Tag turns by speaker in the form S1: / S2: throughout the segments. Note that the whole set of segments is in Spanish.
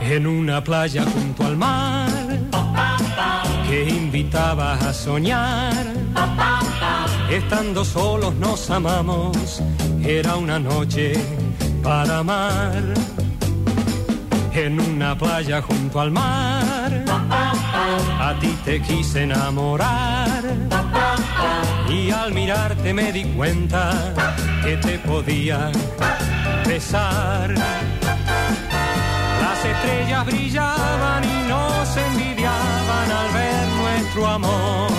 S1: en una playa junto al mar que invitaba a soñar. Estando solos nos amamos, era una noche para amar. En una playa junto al mar, a ti te quise enamorar. Y al mirarte me di cuenta que te podía besar. Las estrellas brillaban y nos envidiaban al ver nuestro amor.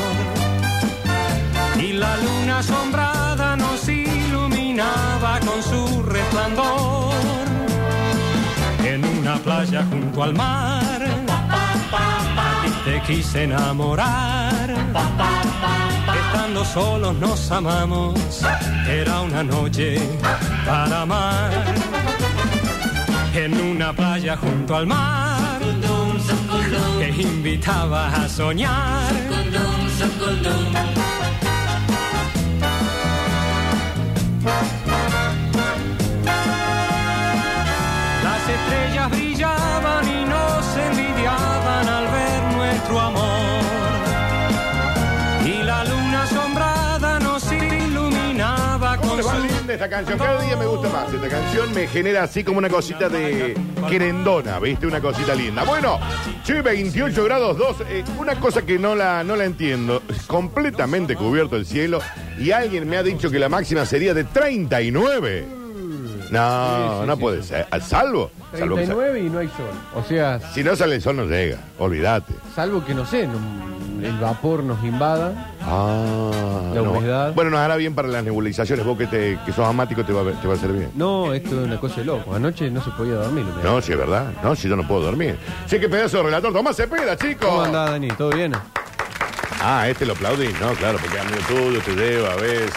S1: Y la luna asombrada nos iluminaba con su resplandor. En una playa junto al mar, a ti te quise enamorar. Estando solos nos amamos, era una noche para amar en una playa junto al mar que invitaba a soñar. Las estrellas brillaban y nos envidiaban al ver nuestro amor. Y la luna asombrada nos iluminaba
S2: ¿Cómo
S1: con
S2: les va
S1: su
S2: linda esta canción? Cada día me gusta más. Esta canción me genera así como una cosita de querendona, ¿viste? Una cosita linda. Bueno, che, 28 grados 2. eh, una cosa que no la, no la entiendo. Es completamente cubierto el cielo y alguien me ha dicho que la máxima sería de 39. No, no puede ser. Al salvo. salvo que sa-
S3: 39 y no hay sol. O sea,
S2: si no sale el sol no llega. Olvídate.
S3: salvo que no sé, no- el vapor nos invada.
S2: Ah,
S3: La
S2: no.
S3: humedad.
S2: Bueno, nos hará bien para las nebulizaciones. Vos que, te- que sos amático te va, a- te va a servir.
S3: No, esto es una cosa de loco. Anoche no se podía dormir. la verdad.
S2: No, si es verdad. No, si yo no puedo dormir. Sí, qué pedazo de relator. Tomás Cepeda, chicos.
S3: ¿Cómo andás, Dani? ¿Todo bien?
S2: Ah, este lo aplaudí. No, claro, porque amigo tuyo te lleva a veces.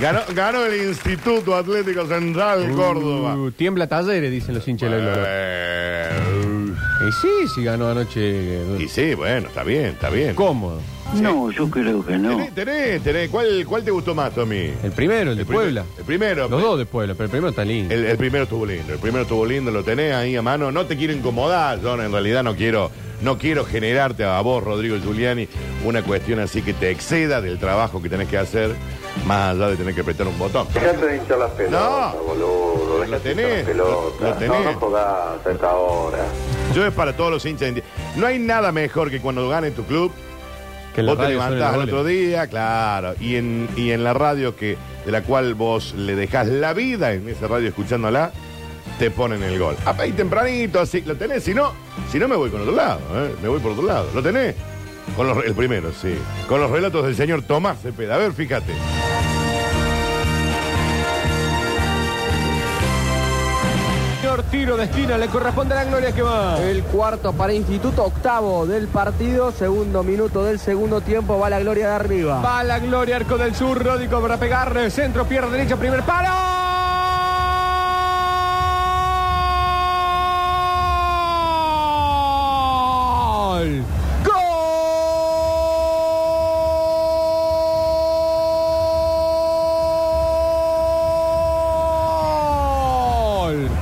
S2: Ganó, ganó el Instituto Atlético Central Córdoba.
S3: Uh, tiembla talleres, dicen los hinchas de la gloria.
S2: Eh,
S3: Y sí, sí ganó anoche. eh,
S2: y sí, bueno, está bien, está bien.
S3: Cómodo.
S4: No, yo creo que no.
S2: Tené, tené, tené. ¿Cuál, ¿Cuál te gustó más, Tommy?
S3: El primero, el de
S2: primer-
S3: Puebla.
S2: El primero.
S3: Los dos de Puebla, pero el primero está lindo.
S2: El, el primero estuvo lindo, el primero estuvo lindo, lo tenés ahí a mano. No te quiero incomodar, yo en realidad no quiero, no quiero generarte a vos, Rodrigo Giuliani, una cuestión así que te exceda del trabajo que tenés que hacer, más allá de tener que apretar un botón.
S5: Dejate de hinchar las pelotas,
S2: No.
S5: boludo.
S2: Lo
S5: Dejate de
S2: tenés,
S5: hinchar las pelotas.
S2: lo- lo tenés.
S5: No, no podás a esta hora.
S2: Yo es para todos los hinchas. de Indi- No hay nada mejor que cuando gane tu club,
S3: Que la
S2: vos te
S3: radio suene
S2: levantás
S3: los
S2: al
S3: goles.
S2: otro día, claro, y en, y en la radio que, de la cual vos le dejás la vida, en esa radio escuchándola, te ponen el gol. Ah, Ahí tempranito, así, lo tenés, si no, si no me voy con otro lado, ¿eh? me voy por otro lado, lo tenés. Con los, el primero, sí. Con los relatos del señor Tomás Cepeda. A ver, fíjate.
S3: Señor tiro de esquina, le corresponde a la gloria que
S2: Eh,
S3: va.
S6: El cuarto para Instituto, octavo del partido, segundo minuto del segundo tiempo, va la gloria de arriba.
S3: Va la gloria, arco del sur, Ródico para pegar, centro, pierna derecha, primer palo. ¡Gol! ¡Gol!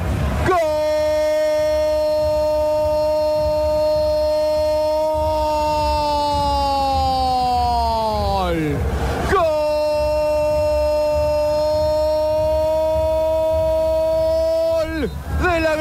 S3: ¡Gol! ¡Gol! ¡De la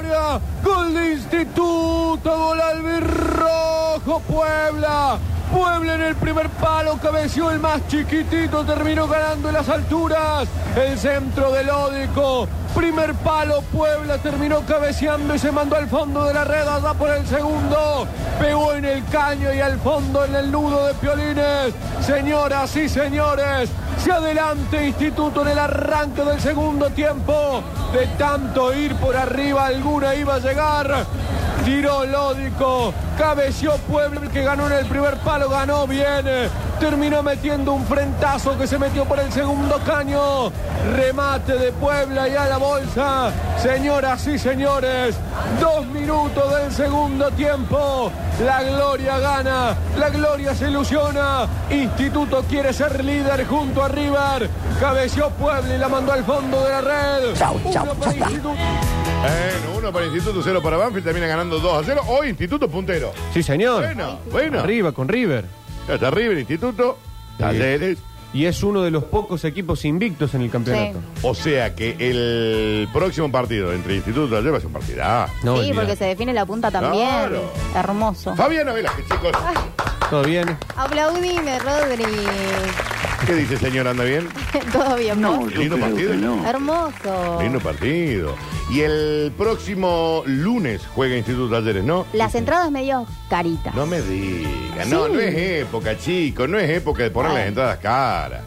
S3: gloria! ¡Gol de Instituto! ¡Gol albirrojo Puebla! Puebla en el primer palo, cabeció el más chiquitito, terminó ganando en las alturas. El centro del Ódico, primer palo, Puebla terminó cabeceando y se mandó al fondo de la red allá por el segundo. Pegó en el caño y al fondo en el nudo de Piolines. Señoras y señores, se adelante Instituto en el arranque del segundo tiempo. De tanto ir por arriba, alguna iba a llegar. Tiró Lódico, cabeció Puebla que ganó en el primer palo, ganó bien. Terminó metiendo un frentazo que se metió por el segundo caño. Remate de Puebla y a la bolsa. Señoras y señores, dos minutos del segundo tiempo. La gloria gana, la gloria se ilusiona. Instituto quiere ser líder junto a River. Cabeció Puebla y la mandó al fondo de la red.
S7: Chau,
S3: Uno
S7: chau,
S3: para
S7: ya está.
S3: Instituto.
S2: Bueno, uno para Instituto, cero para Banfield, termina ganando 2 a 0. Hoy Instituto puntero.
S3: Sí, señor.
S2: Bueno, bueno.
S3: Arriba con River.
S2: Ya Está River, Instituto, Talleres.
S3: Y es uno de los pocos equipos invictos en el campeonato.
S2: O sea que el próximo partido entre Instituto y Talleres va a ser un Ah. partidazo.
S3: No,
S7: sí,
S3: olvidate.
S7: porque se define la punta también.
S2: Claro.
S7: Hermoso.
S2: Fabián Velázquez, chicos.
S3: Todo bien.
S7: Aplaudime, Rodri.
S2: ¿Qué dice, señor? ¿Anda bien?
S7: Todo bien,
S4: No,
S7: vos?
S4: yo
S2: Lindo
S4: creo
S2: partido.
S4: que no.
S7: Hermoso.
S2: Lindo partido. Y el próximo lunes juega Instituto Talleres, ¿no?
S7: Las entradas medio caritas.
S2: No me digas. No,
S7: Sí. Ah.
S2: no es época, chico. No es época de poner las
S7: Bueno.
S2: entradas caras.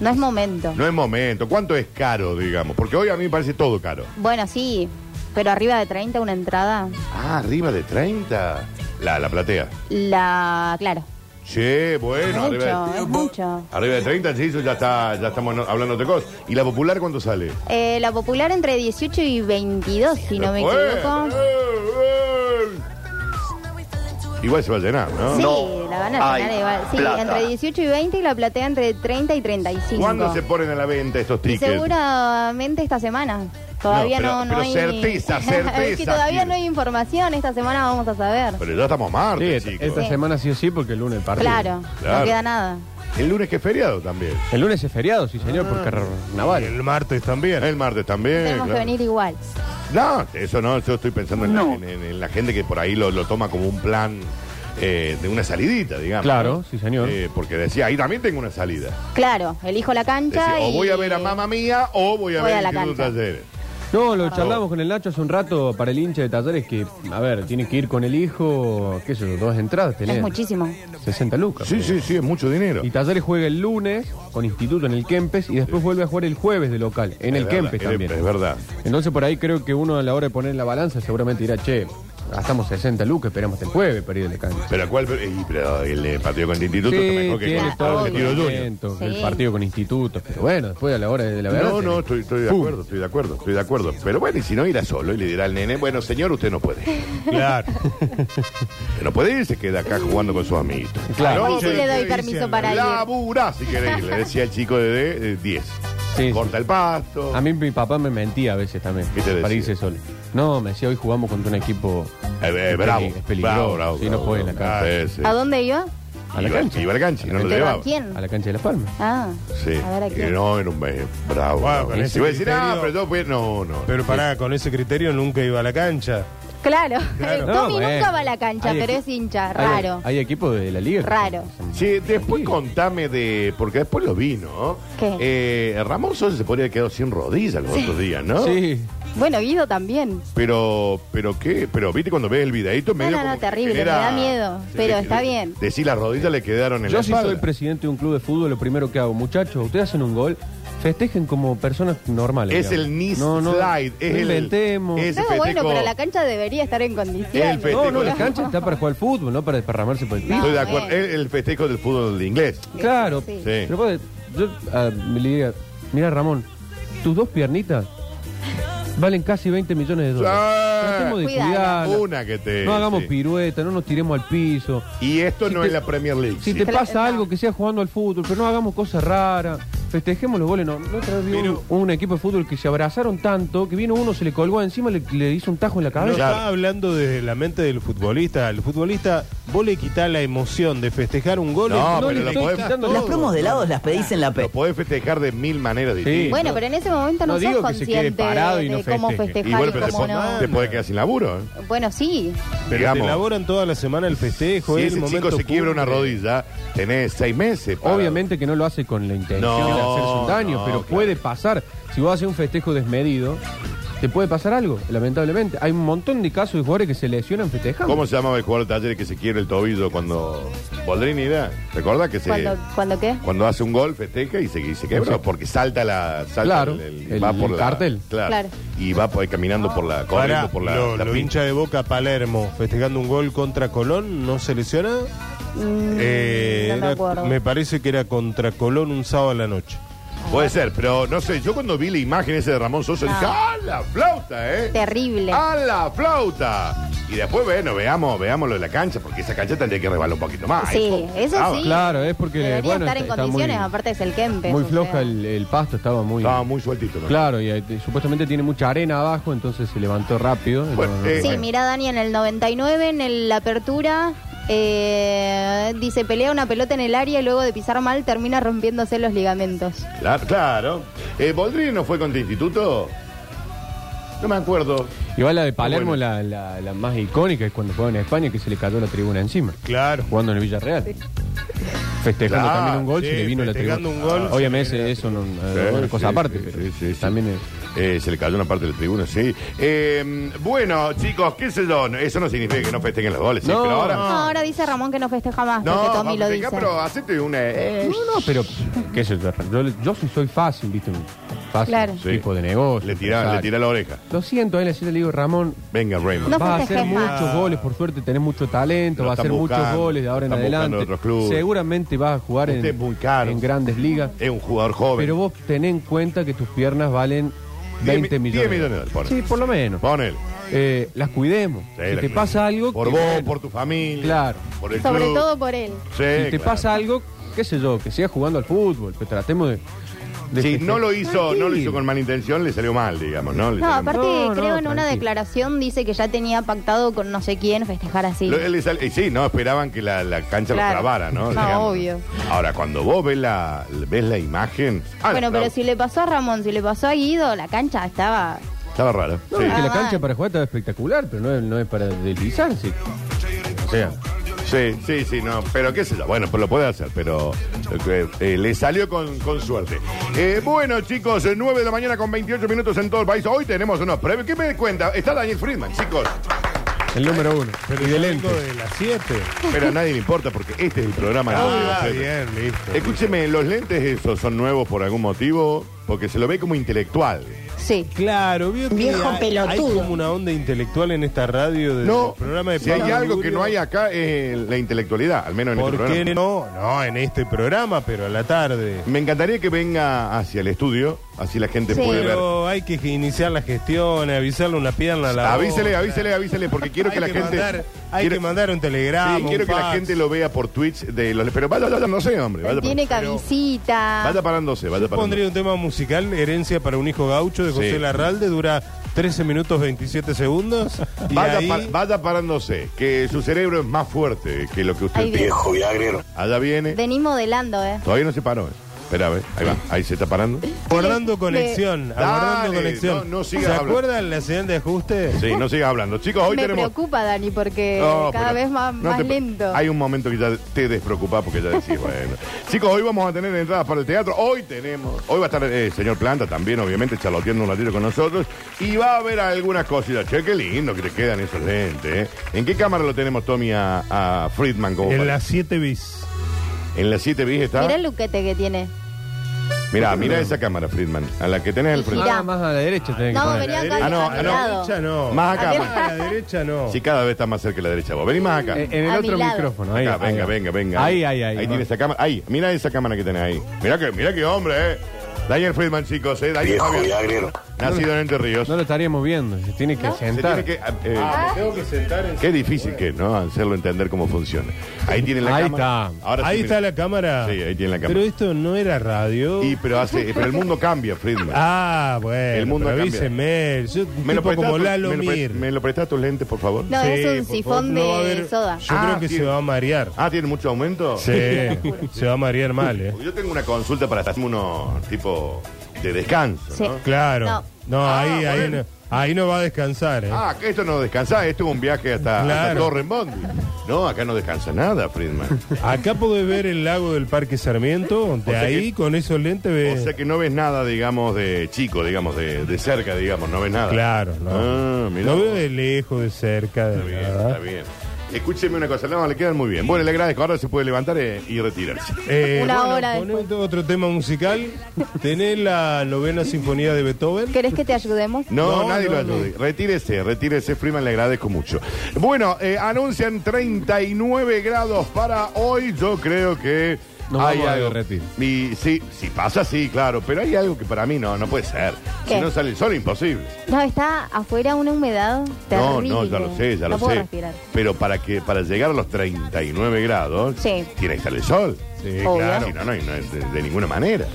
S7: No es momento.
S2: No es momento. ¿Cuánto es caro, digamos? Porque hoy a mí me parece todo caro.
S7: Bueno, sí, pero arriba de 30 una entrada.
S2: Ah, arriba de 30. La, la platea.
S7: La, claro.
S2: Che, bueno,
S7: es mucho,
S2: arriba de,
S7: es mucho.
S2: arriba de 30, sí, eso ya, está, ya estamos no- hablando de otra cosa. ¿Y la popular cuánto sale?
S7: Eh, la popular entre 18 y 22, si no me
S2: Bueno,
S7: equivoco.
S2: eh, eh. Igual se va a llenar, ¿no?
S7: Sí,
S5: No
S7: la van a
S5: hay
S7: llenar igual. Sí,
S5: plata.
S7: entre 18 y 20 y la platea entre 30 y 35.
S2: ¿Cuándo se ponen a la venta estos
S7: Y
S2: tickets?
S7: seguramente esta semana. Todavía
S2: No,
S7: no,
S2: pero- pero
S7: no hay.
S2: certeza,
S7: es
S2: certeza,
S7: que todavía
S2: Gil.
S7: no hay información. Esta semana vamos a saber.
S2: Pero ya estamos
S3: Sí,
S2: martes,
S3: esta,
S2: chicos.
S3: esta
S7: Sí.
S3: semana sí o sí, porque el lunes partido.
S7: Claro,
S2: Claro. Eh,
S7: no queda nada.
S2: El lunes que es feriado también.
S3: El lunes es feriado, sí,
S2: Ah.
S3: señor, por carnaval.
S2: El martes también. El martes también.
S7: Tenemos que
S2: claro.
S7: venir igual.
S2: No, eso no, yo estoy pensando en,
S4: No.
S2: la, en- en la gente que por ahí lo, lo toma como un plan eh, de una salidita, digamos.
S3: Claro, sí, señor.
S2: Eh, porque decía, ahí también tengo una salida.
S7: Claro, elijo la cancha.
S2: Decía, o
S7: y-
S2: voy a ver a mamá mía o voy a
S7: Voy
S2: ver
S7: a la
S2: Instituto
S7: cancha.
S2: Talleres.
S3: No, lo charlamos con el Nacho hace un rato para el hincha de talleres que, a ver, tiene que ir con el hijo, qué sé yo, dos entradas tenés.
S7: Es muchísimo.
S3: 60 lucas.
S2: Sí, sí, sí, es mucho dinero.
S3: Y Talleres juega el lunes con Instituto en el Kempes y después vuelve a jugar el jueves de local, en
S2: Es
S3: el
S2: verdad,
S3: Kempes
S2: es-
S3: también.
S2: Es verdad.
S3: Entonces por ahí creo que uno a la hora de poner la balanza seguramente dirá, che, gastamos 60 lucas, esperamos hasta el jueves para ir de cancha.
S2: Pero cuál eh, pero el eh, partido contra Instituto
S3: Sí,
S2: está mejor que
S3: tiene
S2: con-
S3: todo
S2: con
S3: el
S7: el
S2: Tiro Junior.
S3: momento,
S7: Sí.
S3: el partido con institutos, pero bueno, después a la hora de la verdad.
S2: No,
S3: se-
S2: no, estoy, estoy de
S3: Pum.
S2: acuerdo, estoy de acuerdo, estoy de acuerdo. Pero bueno, y si no irá solo y le dirá al nene, bueno, señor, usted no puede. Claro. no puede ir, se queda acá jugando con sus amiguitos.
S3: Claro.
S7: Hoy sí le doy permiso para ir.
S2: Labura, si querés, le decía el chico de de 10.
S3: Sí,
S2: Corta el pasto.
S3: A mí mi papá me mentía a veces también,
S2: ¿Qué te decía?
S3: para irse solo. No, me decía, hoy jugamos contra un equipo
S2: Eh, eh,
S3: es
S2: bravo,
S3: peli- es peligroso,
S2: bravo, bravo.
S3: sí, no
S2: bravo,
S3: juega en la
S2: bravo.
S3: cancha.
S2: Ah, ese.
S7: ¿A dónde iba?
S3: A la
S2: Iba-
S3: cancha.
S2: Iba al cancha, y no lo
S7: ¿Pero
S2: llevaba.
S7: a quién?
S3: a la cancha de Las Palmas.
S7: Ah,
S2: Sí.
S7: a ver a
S2: Eh,
S7: quién.
S2: No, era un eh, bravo. bravo.
S8: con ese
S2: Iba a decir,
S8: criterio-
S2: ah, pero yo fui- No, no.
S8: Pero pará, con ese criterio nunca iba a la cancha.
S7: Claro,
S8: Claro.
S7: el Tommy
S3: No, bueno.
S7: nunca va a la cancha,
S3: Hay
S7: pero
S3: equi-
S7: es hincha,
S3: Hay-
S7: raro.
S3: Hay, equipos de la liga. que
S7: Raro.
S3: son-
S2: Sí, después contame de. Porque después lo vi, ¿no?
S7: ¿Qué?
S2: Eh, Ramón Sosa se podría haber quedado sin rodillas los otros días, ¿no?
S3: Sí.
S7: Bueno, Guido también.
S2: Pero, pero qué, pero viste cuando ves el videito medio.
S7: no, no,
S2: como que
S7: terrible, me da miedo,
S2: Sí,
S7: pero
S2: que-
S7: está bien.
S2: Decí, las rodillas le quedaron en la
S3: Yo si
S2: espalda.
S3: soy presidente de un club de fútbol, lo primero que hago, muchachos, ustedes hacen un gol, festejen como personas normales.
S2: Es
S3: digamos.
S2: el knee
S3: no, no,
S2: slide,
S3: no
S2: es el-
S3: inventemos.
S2: es- Ese
S7: No, bueno,
S2: festejo-
S7: pero la cancha debería estar en
S2: El
S7: condiciones.
S2: festejo
S3: No, no,
S2: de-
S3: la cancha está para jugar al fútbol, no para desparramarse por el piso.
S2: Estoy de
S7: No,
S2: acuerdo.
S7: bueno.
S2: El, el festejo del fútbol inglés.
S3: Claro.
S7: Sí.
S3: Pero padre, yo ah, me le diría, mira Ramón, tus dos piernitas valen casi 20 millones de dólares.
S2: Sí.
S3: Tratemos de
S7: Cuidala.
S3: cuidarlas,
S2: Una que te.
S3: No hagamos
S2: sí.
S3: pirueta, no nos tiremos al piso.
S2: Y esto
S3: Si
S2: no
S3: te-
S2: es la Premier League.
S3: Si
S2: sí.
S3: te
S7: Claro,
S3: pasa
S7: no.
S3: algo que sea jugando al fútbol, pero no hagamos cosas raras. Festejemos los goles. No, La otra vez vi un, un equipo de fútbol que se abrazaron tanto que vino uno, se le colgó encima, le, le hizo un tajo en la
S8: No
S3: cabeza.
S8: está hablando desde la mente del futbolista. Al futbolista, vos le quitás la emoción de festejar un gol.
S2: No,
S8: y
S2: pero
S8: le
S2: lo
S8: quitás
S2: podés-
S8: todo.
S3: Las
S9: Las promos de helados las pedís en la
S2: Lo
S9: P.
S2: podés festejar de mil maneras
S3: Sí.
S2: distintas.
S7: Bueno, pero en ese momento no,
S3: No
S7: sos
S3: digo que se quede
S7: consciente
S3: parado
S7: de,
S3: y no
S7: de cómo
S3: festeje.
S7: festejar y,
S2: y bueno, pero te,
S7: cómo
S2: po-
S7: no.
S2: te podés quedar sin laburo. ¿eh?
S7: Bueno, sí.
S8: Pero
S2: Digamos.
S8: te elaboran toda la semana el festejo.
S2: Si
S8: es el
S2: ese chico
S8: momento
S2: se quiebra una
S8: cumbre.
S2: rodilla, tenés seis meses. para-
S3: Obviamente que no lo hace con la intención
S2: No,
S3: de hacerse un daño,
S2: no,
S3: pero
S2: claro.
S3: puede pasar. Si vos haces un festejo desmedido, ¿Te puede pasar algo? Lamentablemente. Hay un montón de casos de jugadores que se lesionan festejando.
S2: ¿Cómo se llamaba el jugador de talleres que se quiebra el tobillo cuando Boldrini era? ¿Recuerdas que se
S7: ¿Cuándo, ¿Cuándo qué?
S2: cuando hace un gol festeja y se, y se quebró?
S3: Sí.
S2: Porque salta la salta
S3: Claro, el- el
S2: la-
S3: cartel.
S2: Claro,
S7: Claro.
S2: Y va por, caminando por la corriendo
S8: Ahora,
S2: por la,
S8: lo,
S2: la
S8: lo
S2: pista.
S8: hincha de Boca Palermo festejando un gol contra Colón, ¿no se lesiona?
S7: Mm,
S8: Eh,
S7: no me
S8: era-
S7: acuerdo.
S8: me parece que era contra Colón un sábado a la noche.
S2: Puede ser, pero no sé, yo cuando vi la imagen ese de Ramón Sosa dije,
S7: No.
S2: ¡ah, la flauta, eh!
S7: Terrible.
S3: Ah,
S2: ¡A la flauta! Y después, bueno, veamos, veamos lo de la cancha, porque esa cancha tendría que rebalar un poquito más. Ah,
S7: Sí,
S2: Eso
S7: eso
S2: estaba-
S7: sí.
S3: Claro, es porque.
S7: Debería
S3: bueno,
S7: estar en
S3: está- está
S7: condiciones,
S3: muy-
S7: aparte es el Kempes.
S3: Muy
S7: o
S3: floja
S7: sea.
S3: el, el pasto, estaba muy.
S2: Estaba muy sueltito. ¿no?
S3: Claro, y eh, supuestamente tiene mucha arena abajo, entonces se levantó rápido.
S2: Bueno, eh,
S7: Sí, mira Dani en el 99, en el- la apertura, eh, dice pelea una pelota en el área y luego de pisar mal termina rompiéndose los ligamentos.
S2: Claro. claro. Eh, ¿Boldrini no fue contra Instituto? No me acuerdo.
S3: Igual la de Palermo,
S2: Bueno.
S3: la, la- la más icónica, es cuando jugaba en España, que se le cayó la tribuna encima.
S8: Claro.
S3: Jugando en el Villarreal. Festejando
S2: Claro,
S3: también un gol,
S8: sí,
S3: se le vino la
S8: festejando
S3: tribuna.
S8: un gol,
S3: Obviamente,
S8: se le
S3: eso no,
S2: Sí,
S3: eh, una cosa
S2: sí,
S3: aparte,
S2: sí,
S3: pero
S2: sí, sí, sí.
S3: también es.
S2: Eh, se le cayó una parte de la tribuna, sí. Eh, bueno, chicos, qué sé yo. no- Eso no significa que no festejen los goles, sí,
S3: No,
S2: pero ahora.
S7: No, ahora dice Ramón que no festeja más, Ah, porque
S2: No,
S7: Tommy
S2: vamos,
S7: lo
S2: venga,
S7: dice.
S2: pero hacete una. eh,
S3: No, no, pero qué sé yo, yo, yo sí soy fácil, ¿viste? Fácil,
S7: Claro.
S2: Sí.
S3: tipo de negocio.
S2: le tira, le
S3: empresario.
S2: tira la oreja.
S3: Lo siento, ahí le siento, le digo, Ramón,
S2: Venga, Raymond.
S7: No
S3: vas a
S7: festejes
S3: hacer
S7: más.
S3: muchos goles, por suerte tenés mucho talento,
S2: Lo
S3: vas a hacer
S2: están
S3: muchos
S2: Ah. buscando,
S3: goles de ahora en
S2: están buscando
S3: adelante.
S2: otros clubes.
S3: Seguramente vas a jugar
S2: Usted es
S3: en,
S2: muy caro.
S3: en grandes ligas,
S2: Es un jugador joven.
S3: pero vos ten en cuenta que tus piernas valen 20
S2: 10 mi-
S3: millones.
S2: 10 millones de dólares, ponele.
S3: Sí, por lo menos.
S2: Ponele.
S3: Eh, las cuidemos.
S2: Sí,
S3: si
S2: la
S3: te
S2: clave.
S3: pasa algo...
S2: Por
S3: que
S2: vos,
S3: bueno,
S2: por tu familia.
S3: Claro.
S2: Por el
S7: Sobre
S2: club.
S7: todo por él.
S2: Sí,
S3: Si te
S2: claro.
S3: pasa algo, qué sé yo, que sigas jugando al fútbol, pero tratemos de... de
S2: Si
S3: festejar.
S2: no lo hizo, no lo
S3: Tranquilo.
S2: hizo con mala intención, le salió mal, digamos, ¿no? Le
S7: No,
S2: salió mal.
S7: aparte
S3: No, no,
S7: creo en una
S3: tranquilo.
S7: declaración dice que ya tenía pactado con no sé quién festejar así.
S2: Lo- le sal- y sí, no esperaban que la, la cancha
S7: Claro.
S2: lo trabara, ¿no?
S7: No, obvio.
S2: Ahora, cuando vos ves la, ves la imagen. ah,
S7: bueno,
S2: no,
S7: pero si le pasó a Ramón, si le pasó a Guido, la cancha estaba...
S2: Estaba raro.
S3: No,
S2: sí.
S3: es que la
S7: Ah,
S3: cancha
S7: va.
S3: para jugar está espectacular, pero no es, no es para deslizarse. O sea,
S2: Sí, sí, sí, no. Pero qué sé yo. Bueno, pues lo puede hacer, pero eh, eh, le salió con, con suerte. Eh, bueno, chicos, eh, 9 de la mañana con 28 minutos en todo el país. Hoy tenemos unos premios. ¿Qué me cuenta? Está Daniel Friedman, chicos.
S3: el número uno. y de lente.
S8: Vengo de las 7.
S2: Pero a nadie le importa porque este es el programa. que
S8: Ah,
S2: nosotros hacemos.
S8: bien, listo.
S2: Escúcheme, ¿los lentes esos son nuevos por algún motivo? Porque se lo ve como intelectual.
S7: Sí.
S8: Claro, vio que
S9: Viejo
S8: hay,
S9: pelotudo.
S8: hay como una onda intelectual en esta radio del
S2: No,
S8: programa de
S2: si hay
S8: Pablo
S2: algo que
S8: Durio.
S2: no hay acá es la intelectualidad, al menos en este
S8: ¿Por
S2: programa.
S8: qué no? No, en este programa, pero a la tarde.
S2: Me encantaría que venga hacia el estudio, así la gente
S7: Sí.
S2: puede ver.
S8: Pero hay que iniciar la gestión, avisarle una pierna a la
S2: Avísele,
S8: otra.
S2: avísele, avísele, porque quiero
S8: Hay
S2: que la gente.
S8: mandar- hay
S2: quiero-
S8: que mandar un telegrama.
S2: Sí, quiero
S8: un
S2: que la
S8: fax.
S2: gente lo vea por Twitch de los. Pero vaya, vaya, no sé, hombre. Vaya,
S7: Tiene
S2: pero-
S7: camisita.
S2: vaya parándose, vaya
S8: Pondría
S2: parándose.
S8: un tema musical, Herencia para un hijo gaucho de José
S2: Sí.
S8: Larralde, dura 13 minutos 27 segundos. Y
S2: Vaya,
S8: ahí-
S2: pa- vaya parándose, que su cerebro es más fuerte que lo que usted
S7: Ahí viene.
S2: piensa.
S5: Viejo viagrero.
S2: Allá viene.
S7: Venís modelando, ¿eh?
S2: Todavía no se paró. eh. Espera, a ver, ahí va, ahí se está parando.
S8: Guardando
S7: Le-
S8: conexión,
S2: Este, Dale,
S8: aguardando conexión.
S2: no- no
S8: ¿Se
S2: sigas hablando.
S8: acuerdan la señal de ajuste?
S2: Sí, no sigas hablando. Chicos, hoy
S7: Me
S2: tenemos.
S7: preocupa, Dani, porque
S2: No,
S7: cada
S2: pero
S7: vez más,
S2: no
S7: más
S2: te-
S7: lento.
S2: Hay un momento que ya te despreocupás porque ya decís, bueno. Chicos, hoy vamos a tener entradas para el teatro. Hoy tenemos. Hoy va a estar el señor Planta también, obviamente, charloteando un ratito con nosotros. Y va a haber algunas cositas. Che, qué lindo que te quedan esos lentes. ¿eh? ¿En qué cámara lo tenemos, Tommy, a, a Friedman? Como para-
S8: En las 7 bis.
S2: en la 7 bis está.
S7: Mirá el luquete que tiene.
S2: Mirá, mirá esa cámara, Friedman. A la que tenés al frente.
S7: Mirá.
S3: Ah, más a la derecha tenés que
S7: No,
S3: poner.
S7: venía acá
S2: Ah, no,
S7: a
S2: ah,
S7: mi
S2: no,
S7: lado.
S8: derecha no.
S2: Más acá.
S7: Adiós.
S3: Ah,
S2: más.
S8: A la derecha no. Eh,
S2: Sí, cada vez está más cerca la derecha vos. Vení más acá.
S9: Eh,
S3: En, en
S7: A
S3: el
S7: mi
S3: otro
S7: lado.
S3: micrófono. Ahí,
S2: Acá,
S3: ahí.
S2: venga, venga, venga.
S3: Ahí, ahí, ahí.
S2: Ahí tiene esa cámara. Ahí, mira esa cámara que tenés ahí. Mira que, mira qué hombre, eh. Daniel Friedman, chicos, eh. Daniel
S5: Viejo
S2: Fabián,
S5: viagrero.
S2: nacido en Entre Ríos.
S3: No lo estaríamos viendo, se tiene que
S2: Se
S3: sentar.
S2: tiene que, eh,
S8: Tengo que sentar en
S2: Qué difícil que, ¿no? Hacerlo entender cómo funciona. Ahí tiene la
S3: Ahí
S2: cámara.
S3: está.
S2: Ahora sí,
S8: ahí
S2: mira.
S8: está la cámara.
S2: Sí, ahí tiene la
S8: Pero
S2: cámara.
S8: esto no era radio.
S2: Y, pero, hace, pero el mundo cambia, Friedman.
S8: Ah, bueno.
S2: El mundo
S8: pero
S2: ha
S8: avíseme. Yo, un tipo
S2: prestás
S8: como
S2: tu-
S8: Lalo
S2: me, lo pre-
S8: Mir.
S2: me lo prestás tus lentes, por favor?
S7: No, es un
S8: por
S7: sifón
S8: favor, no
S7: de
S8: va a haber-
S7: soda.
S8: Yo
S2: Ah,
S8: creo que
S2: sí.
S8: se va a marear.
S2: Ah, ¿tiene mucho aumento?
S8: Sí, se va a marear mal, ¿eh?
S2: Porque Yo tengo una consulta para hacer unos tipo de descanso,
S7: Sí.
S2: ¿no?
S8: Claro.
S7: No.
S8: No, ahí, ahí. no. Ahí no va a descansar, ¿eh?
S2: Ah, que esto no descansa, esto es un viaje hasta, hasta
S8: Claro.
S2: Torre en Bondi. No, acá no descansa nada, Friedman.
S8: Acá podés ver el lago del Parque Sarmiento. De
S2: sea
S8: ahí,
S2: que-
S8: con esos lentes,
S2: O
S8: ves.
S2: sea que no ves nada, digamos, de chico, digamos, de, de cerca, digamos, no ves nada.
S8: Claro, no.
S2: Ah, mirá
S8: no veo
S2: vos.
S8: de lejos, de cerca, de
S2: Está bien,
S8: nada.
S2: está bien. Escúcheme una cosa, no, le quedan muy bien. Bueno, le agradezco, ahora se puede levantar eh, y retirarse.
S8: Eh,
S7: Una
S8: bueno,
S7: hora
S8: poneme otro tema musical. Tenés la novena sinfonía de Beethoven.
S7: ¿Querés que te ayudemos?
S2: No,
S8: No,
S2: nadie
S8: no,
S2: lo ayude. Retírese, retírese, Freeman, le agradezco mucho. Bueno, eh, anuncian 39 grados para hoy. Yo creo que
S9: Nos
S2: hay
S9: vamos a
S2: algo.
S9: derretir.
S2: Y sí, si pasa, sí, claro. Pero hay algo que para mí no, no puede ser.
S7: ¿Qué?
S2: Si no sale el sol, imposible.
S7: No, está afuera una humedad terrible.
S2: No, no, ya lo sé, ya
S7: No
S2: lo
S7: puedo
S2: sé.
S7: respirar.
S2: Pero para que para llegar a los 39 grados,
S7: Sí.
S2: tiene que estar el sol.
S8: Sí,
S7: Obvio.
S2: Si no, no, y no es de- de ninguna manera.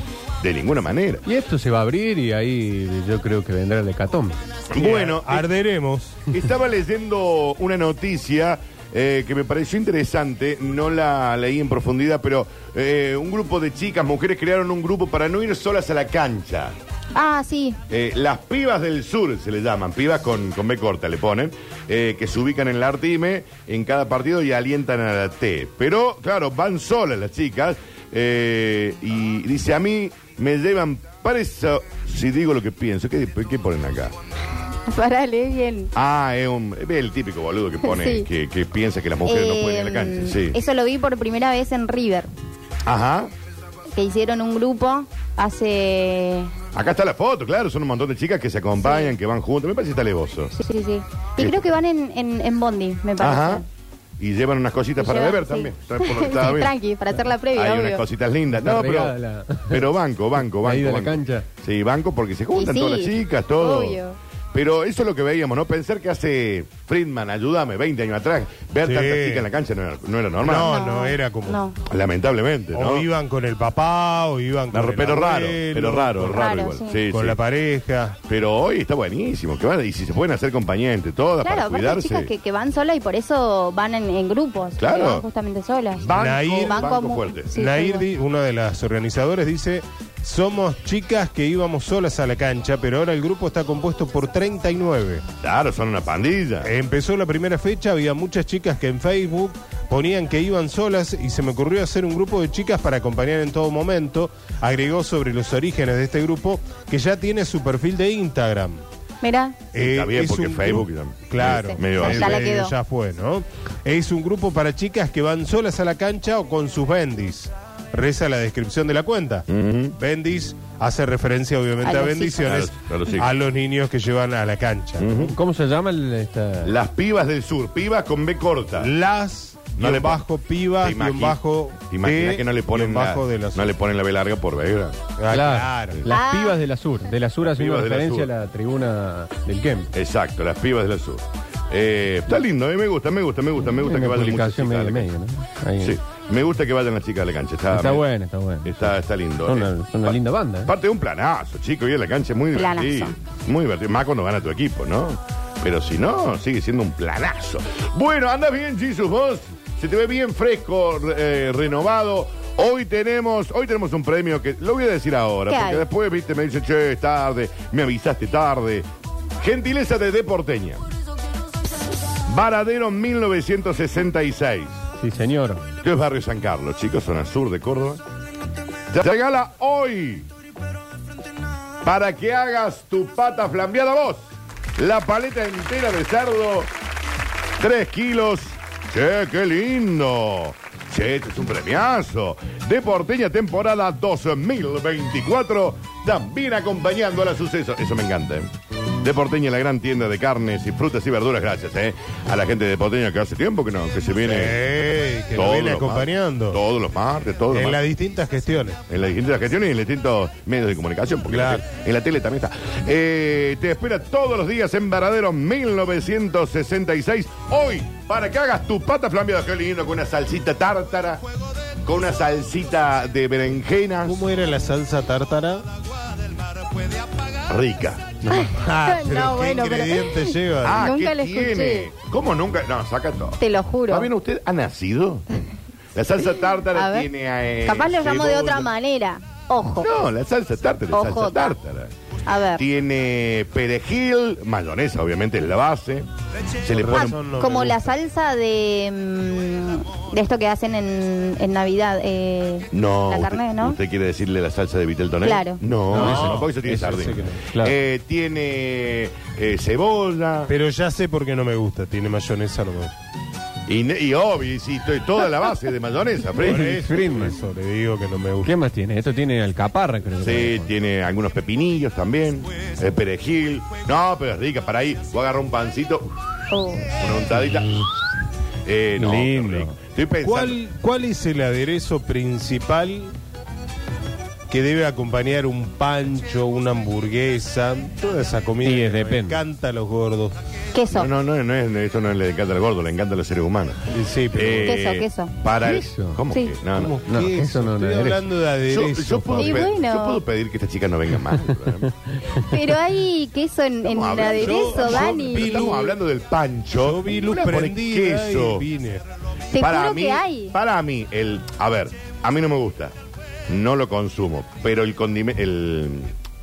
S2: De ninguna manera.
S9: Y esto se va a abrir y ahí yo creo que vendrá el hecatombe.
S2: Bueno, eh,
S8: arderemos.
S2: Estaba leyendo una noticia eh, que me pareció interesante, no la leí en profundidad, pero eh, un grupo de chicas, mujeres, crearon un grupo para no ir solas a la cancha.
S7: Ah, sí.
S2: Eh, las pibas del sur se le llaman, pibas con, con B corta le ponen, eh, que se ubican en la Artime en cada partido y alientan a la T. Pero, claro, van solas las chicas eh, y dice, a mí me llevan preso si digo lo que pienso. ¿Qué, qué ponen acá?
S7: Pará, lee bien.
S2: Ah, es un, es el típico boludo que pone,
S7: Sí.
S2: que, que piensa que las mujeres no pueden ir a la
S7: Em,
S2: cancha. Sí.
S7: Eso lo vi por primera vez en River,
S2: Ajá.
S7: que hicieron un grupo hace...
S2: Acá está la foto, claro, son un montón de chicas que se acompañan, que van juntas. Me parece talevoso.
S7: Sí, sí, sí.
S2: Sí.
S7: Y creo que van en, en, en Bondi, me parece.
S2: Ajá. Y llevan unas cositas para
S7: Llevan,
S2: beber
S7: sí.
S2: también. Está por lo que estaba viendo.
S7: Tranqui, para hacer la previa,
S2: Hay
S7: obvio.
S2: unas cositas lindas.
S9: Está
S2: No, pero,
S9: regada la-
S2: pero banco, banco, banco.
S9: La ida a la
S2: banco.
S9: cancha.
S2: Sí, banco porque se juntan
S7: Y sí,
S2: todas las chicas, todo.
S7: obvio.
S2: Pero eso es lo que veíamos, ¿no? Pensar que hace Friedman, ayúdame, 20 años atrás, ver
S8: Sí.
S2: tantas chicas en la cancha no era, no era normal.
S8: No, no, era como.
S7: No.
S2: Lamentablemente, ¿no?
S8: O iban con el papá, o iban con.
S2: Pero,
S8: el
S2: pero raro,
S8: abuelo,
S2: pero raro, raro,
S8: con-
S7: Raro,
S2: igual.
S7: sí.
S2: Sí,
S8: Con
S2: sí.
S8: la pareja.
S2: Pero hoy está buenísimo. Que van, y si se pueden hacer compañía entre todas
S7: Claro,
S2: para
S7: aparte hay
S2: cuidarse.
S7: chicas que, que van solas y por eso van en, en grupos. que
S2: Claro.
S7: van justamente solas.
S2: Banco,
S8: Nair-
S2: banco,
S7: Banco a mu-
S2: fuerte.
S7: Sí,
S8: Nair,
S7: tal
S8: di- una de las organizadoras, dice: Somos chicas que íbamos solas a la cancha, pero ahora el grupo está compuesto por 39.
S2: Claro, son una pandilla.
S8: Empezó la primera fecha, había muchas chicas que en Facebook ponían que iban solas y se me ocurrió hacer un grupo de chicas para acompañar en todo momento. Agregó sobre los orígenes de este grupo que ya tiene su perfil de Instagram.
S7: Mira,
S2: Está bien,
S8: Eh, es
S2: porque
S8: un
S2: Facebook
S8: grupo-
S2: ya-
S8: claro,
S7: Sí, sí.
S2: medio
S8: eh,
S7: Ya la
S8: eh,
S7: quedó.
S8: ya fue, ¿no? Es un grupo para chicas que van solas a la cancha o con sus bendis. Reza la descripción de la cuenta. Bendis hace referencia obviamente
S7: A los
S8: a, bendiciones
S2: hijos. A los- a los hijos. Mm.
S8: a los niños que llevan a la cancha.
S9: ¿Cómo se llama el- esta?
S2: Las pibas del sur, pibas con B corta.
S8: Las
S2: No
S8: guión
S2: le pon-
S8: bajo pibas
S2: ¿Te
S8: y un
S2: imagi-
S8: bajo
S2: ¿Te imaginas
S8: de-
S2: que no le ponen
S8: guión bajo
S2: la,
S8: de las
S2: no le ponen la B larga por Belgrano?
S8: Ah,
S9: Claro,
S8: claro.
S9: Las
S7: Ah.
S9: pibas de la sur. De la sur hace una
S2: Pibas de la
S9: referencia a
S2: Sur.
S9: la tribuna del Kem.
S2: Exacto, las pibas del sur. Eh, está lindo, eh, me gusta, me gusta, me gusta, me gusta que
S9: Una
S2: vayan muchas
S9: publicación
S2: chicas a
S9: medio
S2: la
S9: medio,
S2: cancha.
S9: ¿no? Ahí.
S2: Sí, me gusta que vayan las chicas a la cancha. Está,
S9: Está
S2: me-
S9: bueno, está bueno.
S2: Está, está lindo.
S9: Son
S2: eh.
S9: una- son una
S2: Pa-
S9: linda banda, eh.
S2: Parte de un planazo, chico, y en la cancha es muy
S7: Planazo.
S2: divertido. Muy divertido. Más cuando gana tu equipo, ¿no? Pero si no, sigue siendo un planazo. Bueno, andas bien, Jesus, vos. Se te ve bien fresco, re- eh, renovado. Hoy tenemos, hoy tenemos un premio que lo voy a decir ahora,
S7: ¿Qué
S2: porque
S7: hay?
S2: después viste, me dice, che, es tarde, me avisaste tarde. Gentileza de Deporteña. Varadero 1966.
S9: Sí, señor.
S2: Esto es Barrio San Carlos, chicos, zona sur de Córdoba. Ya Regala hoy para que hagas tu pata flambeada vos. La paleta entera de cerdo, 3 kilos. Che, qué lindo. Che, este es un premiazo. De Porteña temporada 2024, también acompañando a la suceso. Eso me encanta. ¿eh? De Porteña, la gran tienda de carnes y frutas y verduras, gracias ¿eh? a la gente de Porteña que hace tiempo que no, que se viene.
S8: Ey, que lo
S2: Todos
S8: viene
S2: los
S8: acompañando
S2: martes, todos los martes, todos los
S8: en las
S2: martes.
S8: distintas gestiones.
S2: En las distintas gestiones y en los distintos medios de comunicación, porque
S8: Claro.
S2: en, la tele, en la tele también está. Eh, te espera todos los días en Varadero 1966. Hoy, para que hagas tu pata flambeada, qué lindo, con una salsita tártara, con una salsita de berenjenas
S8: ¿Cómo era la salsa tártara?
S2: rica.
S8: Ah, pero
S7: No,
S8: ¿qué
S7: bueno, pero-
S8: ingrediente lleva?
S2: Ah,
S7: Nunca
S2: ¿qué
S7: la
S2: tiene?
S7: escuché.
S2: ¿Cómo nunca? No, saca todo.
S7: te lo juro.
S2: ¿Está bien usted? ¿Ha nacido? La salsa
S7: A
S2: tártara
S7: ver.
S2: tiene. eh,
S7: Capaz lo llamo de
S2: cebolla.
S7: otra manera. Ojo.
S2: No, la salsa tártara es
S7: Ojota.
S2: salsa tártara.
S7: A ver. Ah,
S2: tiene perejil, mayonesa, obviamente es la base. Se le
S7: Ah,
S2: pone
S8: Son los
S7: como
S8: me
S7: la
S8: gusta.
S7: salsa de, mm, de esto que hacen en, en Navidad. eh,
S2: No,
S7: La
S2: usted,
S7: carne, ¿no?
S2: usted quiere decirle la salsa de Vitel Tonel.
S7: Claro.
S2: No,
S9: No,
S2: eso no, porque eso tiene
S9: eso
S2: sardina.
S9: sí que no, claro.
S2: Eh, tiene eh, cebolla
S8: Pero ya sé por qué no me gusta, tiene mayonesa no me gusta.
S2: y, ne- y obvio, y sí, to- toda la base de mayonesa, Fred.
S8: Por eso, por eso le digo que no me gusta.
S9: ¿Qué más tiene? Esto tiene alcaparra, creo. que
S2: Sí, tiene algunos pepinillos también, eh, perejil. No, pero es rica, para ahí. Voy a agarrar un pancito,
S7: oh.
S2: una untadita. Eh, no,
S9: Mm. Lindo.
S2: qué rico. Estoy pensando.
S8: ¿Cuál, ¿Cuál es el aderezo principal que debe acompañar un pancho, una hamburguesa, toda esa comida?
S9: Y
S8: que
S9: es
S8: nos
S9: depende.
S8: encanta a los gordos.
S7: Queso.
S2: No, no, no, no, es- esto no le encanta al gordo, le encanta a los seres humanos.
S8: Y Sí, pero
S7: Queso, queso.
S2: Eh, Para el-
S9: ¿Queso?
S2: ¿Cómo
S7: Sí.
S2: que? No, no.
S9: Eh, No,
S8: ¿Qué es?
S9: eso no es
S8: Estoy
S9: aderezo.
S8: hablando de
S2: Yo,
S8: aderezo.
S2: yo puedo
S7: Y
S2: pe-
S7: bueno.
S2: yo puedo pedir que esta chica no venga más. ¿verdad?
S7: Pero hay queso en, en
S2: Estamos hablando-
S7: aderezo,
S2: yo- yo-
S7: Dani.
S2: pero Estamos hablando del pancho.
S8: Yo vi luz
S2: Le pones
S8: prendida y
S2: queso.
S8: vine.
S7: Te
S2: para
S7: juro
S2: mí,
S7: que hay.
S2: Para mí, el. A ver, a mí no me gusta. No lo consumo. Pero el condimento. El,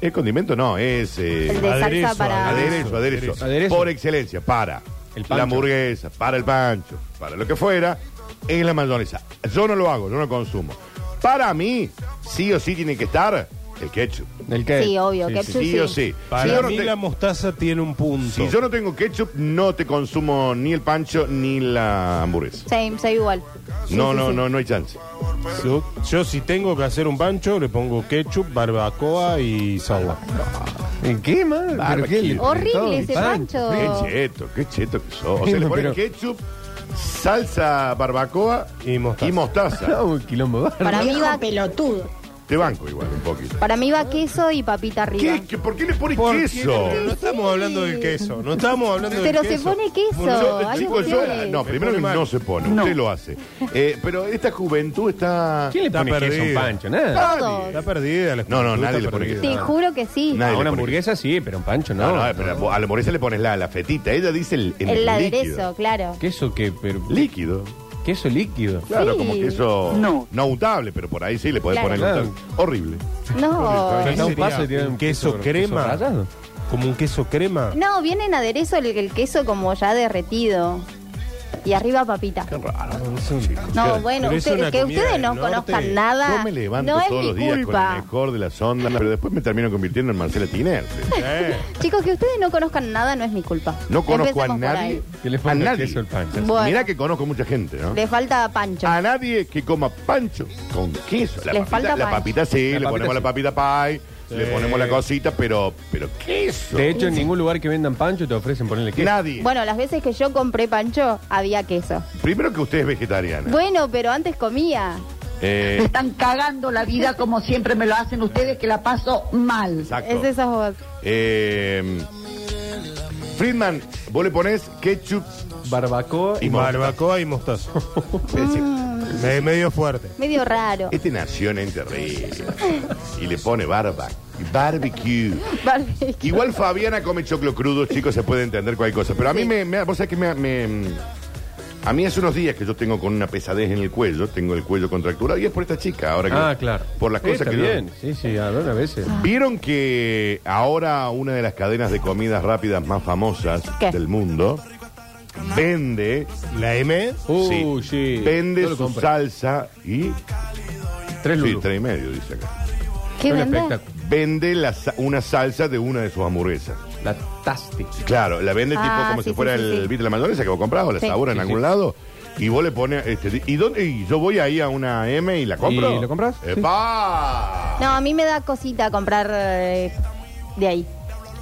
S2: el condimento no, es. eh,
S7: El de
S8: Aderezo,
S7: salsa para.
S2: Aderezo, aderezo,
S8: aderezo.
S9: Aderezo.
S2: Por excelencia, para
S9: El pancho.
S2: la hamburguesa, para el pancho, para lo que fuera, es la mayonesa. Yo no lo hago, yo no consumo. Para mí, sí o sí tiene que estar el ketchup.
S9: El que-
S7: Sí, obvio, ketchup.
S2: Sí,
S7: sí.
S2: o sí. si,
S8: Para
S2: yo no
S8: mí
S2: te-
S8: la mostaza tiene un punto.
S2: si yo no tengo ketchup, no te consumo ni el pancho ni la hamburguesa.
S7: Same, soy igual. Sí,
S2: no,
S7: sí,
S2: no,
S7: sí.
S2: no, no hay chance.
S8: Yo, yo si tengo que hacer un pancho, le pongo ketchup, barbacoa y salva.
S9: ¿En qué más? ¿Pero qué le- todo?
S7: Horrible ese
S9: Pan.
S3: Oh.
S7: pancho.
S2: Qué cheto, qué cheto que sos. O sea, le
S9: Pero-
S2: ponen ketchup, salsa barbacoa
S8: Y mostaza.
S2: y mostaza.
S9: No, un quilombo bárbaro.
S7: Para mí va,
S2: Te banco igual un poquito.
S7: para mí va queso y papita arriba.
S2: ¿Qué? ¿Qué- ¿Por qué le pones
S8: ¿Por qué?
S2: queso?
S8: No estamos hablando del queso, no estamos hablando del
S7: Pero
S8: queso.
S7: se pone
S2: Yo,
S7: queso. hay
S2: chicos, yo-
S7: opciones.
S2: no, primero que
S8: pone mal.
S2: no se pone, usted lo hace. Eh, pero esta juventud está. Ah,
S9: ¿Quién le
S8: Está
S9: pone queso a un
S8: perdida.
S9: pancho? Nada. Ah,
S7: Todos.
S8: Está perdida la
S2: No, no,
S8: escultura,
S2: nadie
S8: está
S2: le pone
S8: perdida.
S7: Te juro que sí.
S2: Nadie
S9: A
S2: le
S9: una
S2: pone
S9: hamburguesa sí, pero un pancho
S2: queso.
S9: no.
S2: No, no, eh, pero a la hamburguesa le pones la, la fetita. Ella dice el, el
S7: el
S2: líquido.
S7: aderezo, claro.
S9: Queso que, pero,
S2: Líquido.
S9: queso líquido.
S2: Claro,
S7: Sí.
S2: como queso no.
S4: No.
S2: untable, pero por ahí sí le podés
S7: Claro.
S2: poner
S9: Claro.
S2: untable. Horrible.
S7: No.
S8: ¿Qué
S9: Da un
S8: sería?
S9: paso y tiene
S8: ¿Un
S9: un
S8: queso,
S9: queso-
S8: crema.
S9: queso rallado?
S8: Como un queso crema.
S7: No, viene en aderezo el, el queso como ya derretido. Y arriba papita. No, bueno,
S8: Pero es
S7: ustedes,
S8: una
S7: que
S8: comida
S7: ustedes
S8: del
S7: no
S8: norte.
S7: conozcan nada.
S2: Yo me levanto
S7: no es
S2: todos
S7: mi
S2: los días con el
S7: culpa.
S2: mejor de las ondas, pero después me termino convirtiendo en Marcela Tiner.
S8: Eh,
S7: Chicos, que ustedes no conozcan nada no es mi culpa.
S2: No conozco a
S7: Empecemos por
S2: nadie.
S9: Que le
S2: a
S9: ponga
S2: nadie.
S9: queso al pancho.
S7: Bueno.
S2: Mirá que conozco mucha gente, ¿no? Ah,
S7: ahí. Le falta pancho.
S2: A nadie que coma pancho con queso. La
S7: Les
S2: papita,
S7: falta
S2: la
S7: pancho.
S2: papita sí,
S9: La
S2: le
S9: papita
S2: ponemos
S9: sí.
S2: la papita pie, le ponemos la cosita, pero, pero queso.
S9: De hecho, en ningún lugar que vendan pancho te ofrecen ponerle queso.
S2: Nadie.
S7: Bueno, las veces que yo compré pancho, había queso.
S2: Primero que usted es vegetariana.
S7: Bueno, pero antes comía.
S2: Eh,
S10: Están cagando la vida como siempre me lo hacen ustedes, que la paso mal.
S2: exacto.
S7: Es esa voz.
S2: Eh, Friedman, vos le pones ketchup.
S9: Barbacoa
S2: Y
S8: y
S2: mostaza.
S8: barbacoa y mostaza.
S2: Es decir,
S7: Ah.
S8: Me- medio fuerte.
S7: Medio raro.
S2: Este nació en Entre Ríos y le pone barba, barbecue.
S7: Barbie.
S2: Igual Fabiana come choclo crudo, chicos, se puede entender cualquier cosa. Pero a mí me, me- vos sabés que me, me- a mí hace unos días que yo tengo con una pesadez en el cuello, tengo el cuello contracturado y es por esta chica ahora que
S9: Ah, claro.
S2: por las
S9: Sí,
S2: cosas
S9: está
S2: que yo-
S9: bien. Sí, sí, a ver, a veces.
S7: Ah.
S2: Vieron que ahora una de las cadenas de comidas rápidas más famosas
S7: ¿Qué?
S2: del mundo vende,
S8: La M.
S9: Uh,
S2: sí,
S9: sí.
S2: vende
S9: Yo lo
S2: su
S9: compré.
S2: salsa y
S9: Tres
S2: sí,
S9: lulus.
S2: tres y medio dice acá.
S7: ¿Qué
S9: Un
S7: vende?
S9: espectáculo.
S2: Vende la sa- una salsa de una de sus hamburguesas.
S9: La Tasty.
S2: Claro, la vende tipo
S7: Ah,
S2: como
S7: sí,
S2: si fuera
S7: sí, sí,
S2: el
S7: sí.
S2: viste la mayonesa que vos comprás o la
S7: Sí.
S2: sabura en
S9: Sí,
S2: algún
S9: sí.
S2: lado y vos le pones este, y dónde y yo voy ahí a una M y la compro.
S9: ¿Y lo compras? Sí.
S2: ¡Epa!
S7: No, a mí me da cosita comprar eh, de ahí.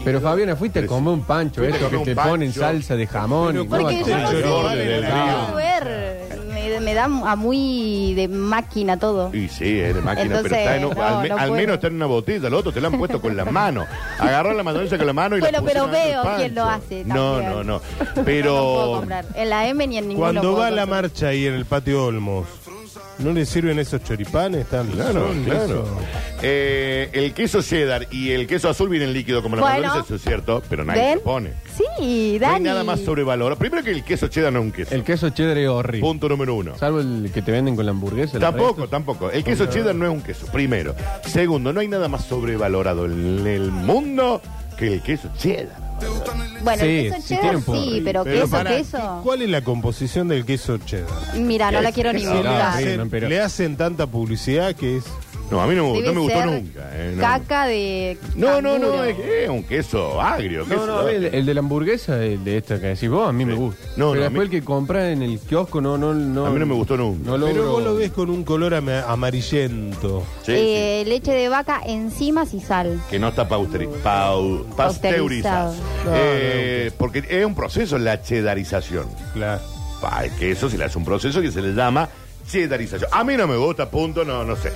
S9: Pero Fabiana, fuiste a comer un pancho,
S2: Fuiste a
S9: esto que
S2: comer
S9: te
S2: un pancho.
S9: ponen salsa de jamón. y
S7: Porque
S9: no,
S7: yo no sé,
S9: no,
S2: choripán
S7: no
S2: en el
S7: puedo ver. Me, me da a muy de máquina todo.
S2: Y sí, es de máquina, pero
S7: Entonces,
S2: está en, un-
S7: no,
S2: al, me-
S7: no
S2: al
S7: puedo.
S2: menos está en una botella, lo otro te la han puesto con la mano. Agarrar la mayonesa con la mano y la
S7: Bueno, pero
S2: pusieron adentro del
S7: veo quién lo
S2: pancho.
S7: hace
S2: No,
S7: también.
S2: no, no.
S7: No puedo
S2: Pero
S7: comprar. En la M ni en ninguno.
S8: Cuando
S7: puedo
S8: va la
S7: comprar.
S8: marcha ahí en el patio Olmos, ¿no le sirven esos choripanes tan
S2: Claro,
S8: son
S2: claro.
S8: esos?
S2: Eh, el queso cheddar y el queso azul vienen líquido como la
S7: Bueno.
S2: mayonesa, eso es cierto, pero nadie
S7: ¿Ven?
S2: lo pone.
S7: Sí,
S2: No hay
S7: Dani.
S2: nada más sobrevalorado. Primero que el queso cheddar no es un queso.
S9: El queso cheddar es horrible.
S2: Punto número uno.
S9: Salvo el que te venden con la hamburguesa. el
S2: Tampoco,
S9: resto.
S2: tampoco. El queso cheddar no es un queso, primero. Segundo, no hay nada más sobrevalorado en el mundo que el queso cheddar.
S7: Bueno,
S9: Sí,
S7: el queso
S9: sí, tiene
S7: cheddar
S9: un poco.
S7: sí, pero,
S2: Pero
S7: queso,
S8: pará,
S7: queso.
S8: ¿Cuál es la composición del queso cheddar?
S7: Mira, no la quiero ni
S8: Se
S9: no,
S8: le,
S7: buscar.
S9: sí,
S8: hacen,
S9: no, pero-
S8: le hacen tanta publicidad que es.
S2: No, a mí no, me-
S7: Debe
S2: no me gustó
S7: ser
S2: nunca. eh, no.
S7: Caca de.
S2: No, no, no,
S7: canguro.
S2: es, es un queso agrio.
S9: No,
S2: queso-
S9: no, a ver, el, el de la hamburguesa, el de esta que decís vos, a mí me gusta.
S2: No,
S9: No,
S2: no,
S9: pero
S2: a
S9: después
S2: mí-
S9: el que compra en el kiosco, no, no, no.
S2: A mí no me gustó nunca.
S9: No logro-
S8: Pero vos lo ves con un color ama- amarillento.
S2: Sí,
S7: Eh, Leche de vaca, enzimas y sal.
S2: sí, que no está pausteri- pau- pasteurizado.
S7: Pasteurizado.
S2: Eh, porque es un proceso la cheddarización.
S8: Claro.
S2: Pa, el queso se le hace un proceso que se le llama cheddarización. A mí no me gusta, punto, no, no sé.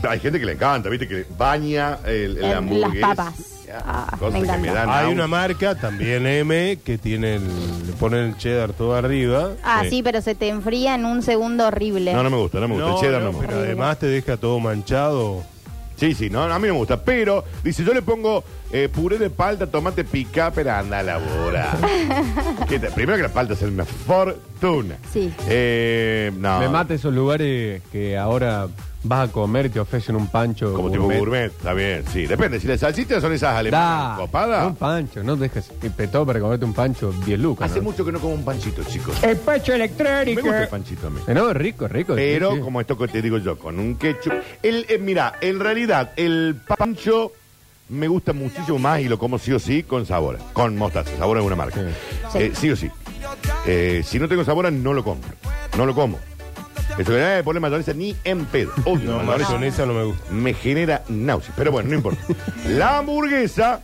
S2: Pero hay gente que le encanta, viste, que baña el, el
S7: Eh,
S2: hamburguesa.
S7: las papas.
S2: Ya,
S7: Ah,
S2: cosas
S7: me
S2: que
S7: encanta.
S2: dan
S8: Hay
S2: náusea.
S8: una marca, también M, que tiene el, le ponen el cheddar todo arriba. Eh,
S7: Ah,
S2: Sí.
S7: sí, pero se te enfría en un segundo horrible.
S2: No, no me gusta, no me gusta. el cheddar no, me gusta.
S8: pero además te deja todo manchado.
S2: Sí, sí, no, a mí no me gusta. Pero, dice, yo le pongo eh, puré de palta, tomate pica, pero anda a laburar. Que te- primero que la palta es una fortuna.
S7: Sí.
S2: Eh, no.
S9: Me mata esos lugares que ahora vas a comer y te ofrecen un pancho.
S2: Como tipo gourmet, está bien, sí. Depende, si las salsitas son esas
S9: Da,
S2: alemanas copadas.
S9: Un pancho, no dejes. Petó para comerte un pancho 10 lucas.
S2: Hace
S9: ¿no?
S2: mucho que no como un panchito, chicos.
S3: El pecho
S2: Me
S3: electrónico.
S2: gusta el panchito a mí.
S9: Eh, No, es rico, es rico.
S2: Pero,
S9: sí, sí.
S2: como esto que te digo yo, con un ketchup. El, eh, mira, en realidad, el pancho me gusta muchísimo más y lo como sí o sí con sabor. Con mostaza. Sabor es una marca.
S7: Sí.
S2: Eh, sí o sí. Eh, si no tengo sabor, no lo compro. No lo como. Eso que eh, ponle mayonesa ni en pedo. Odio
S8: No,
S2: la mayonesa.
S8: mayonesa no me gusta.
S2: Me genera náuseas. Pero bueno, no importa. La hamburguesa,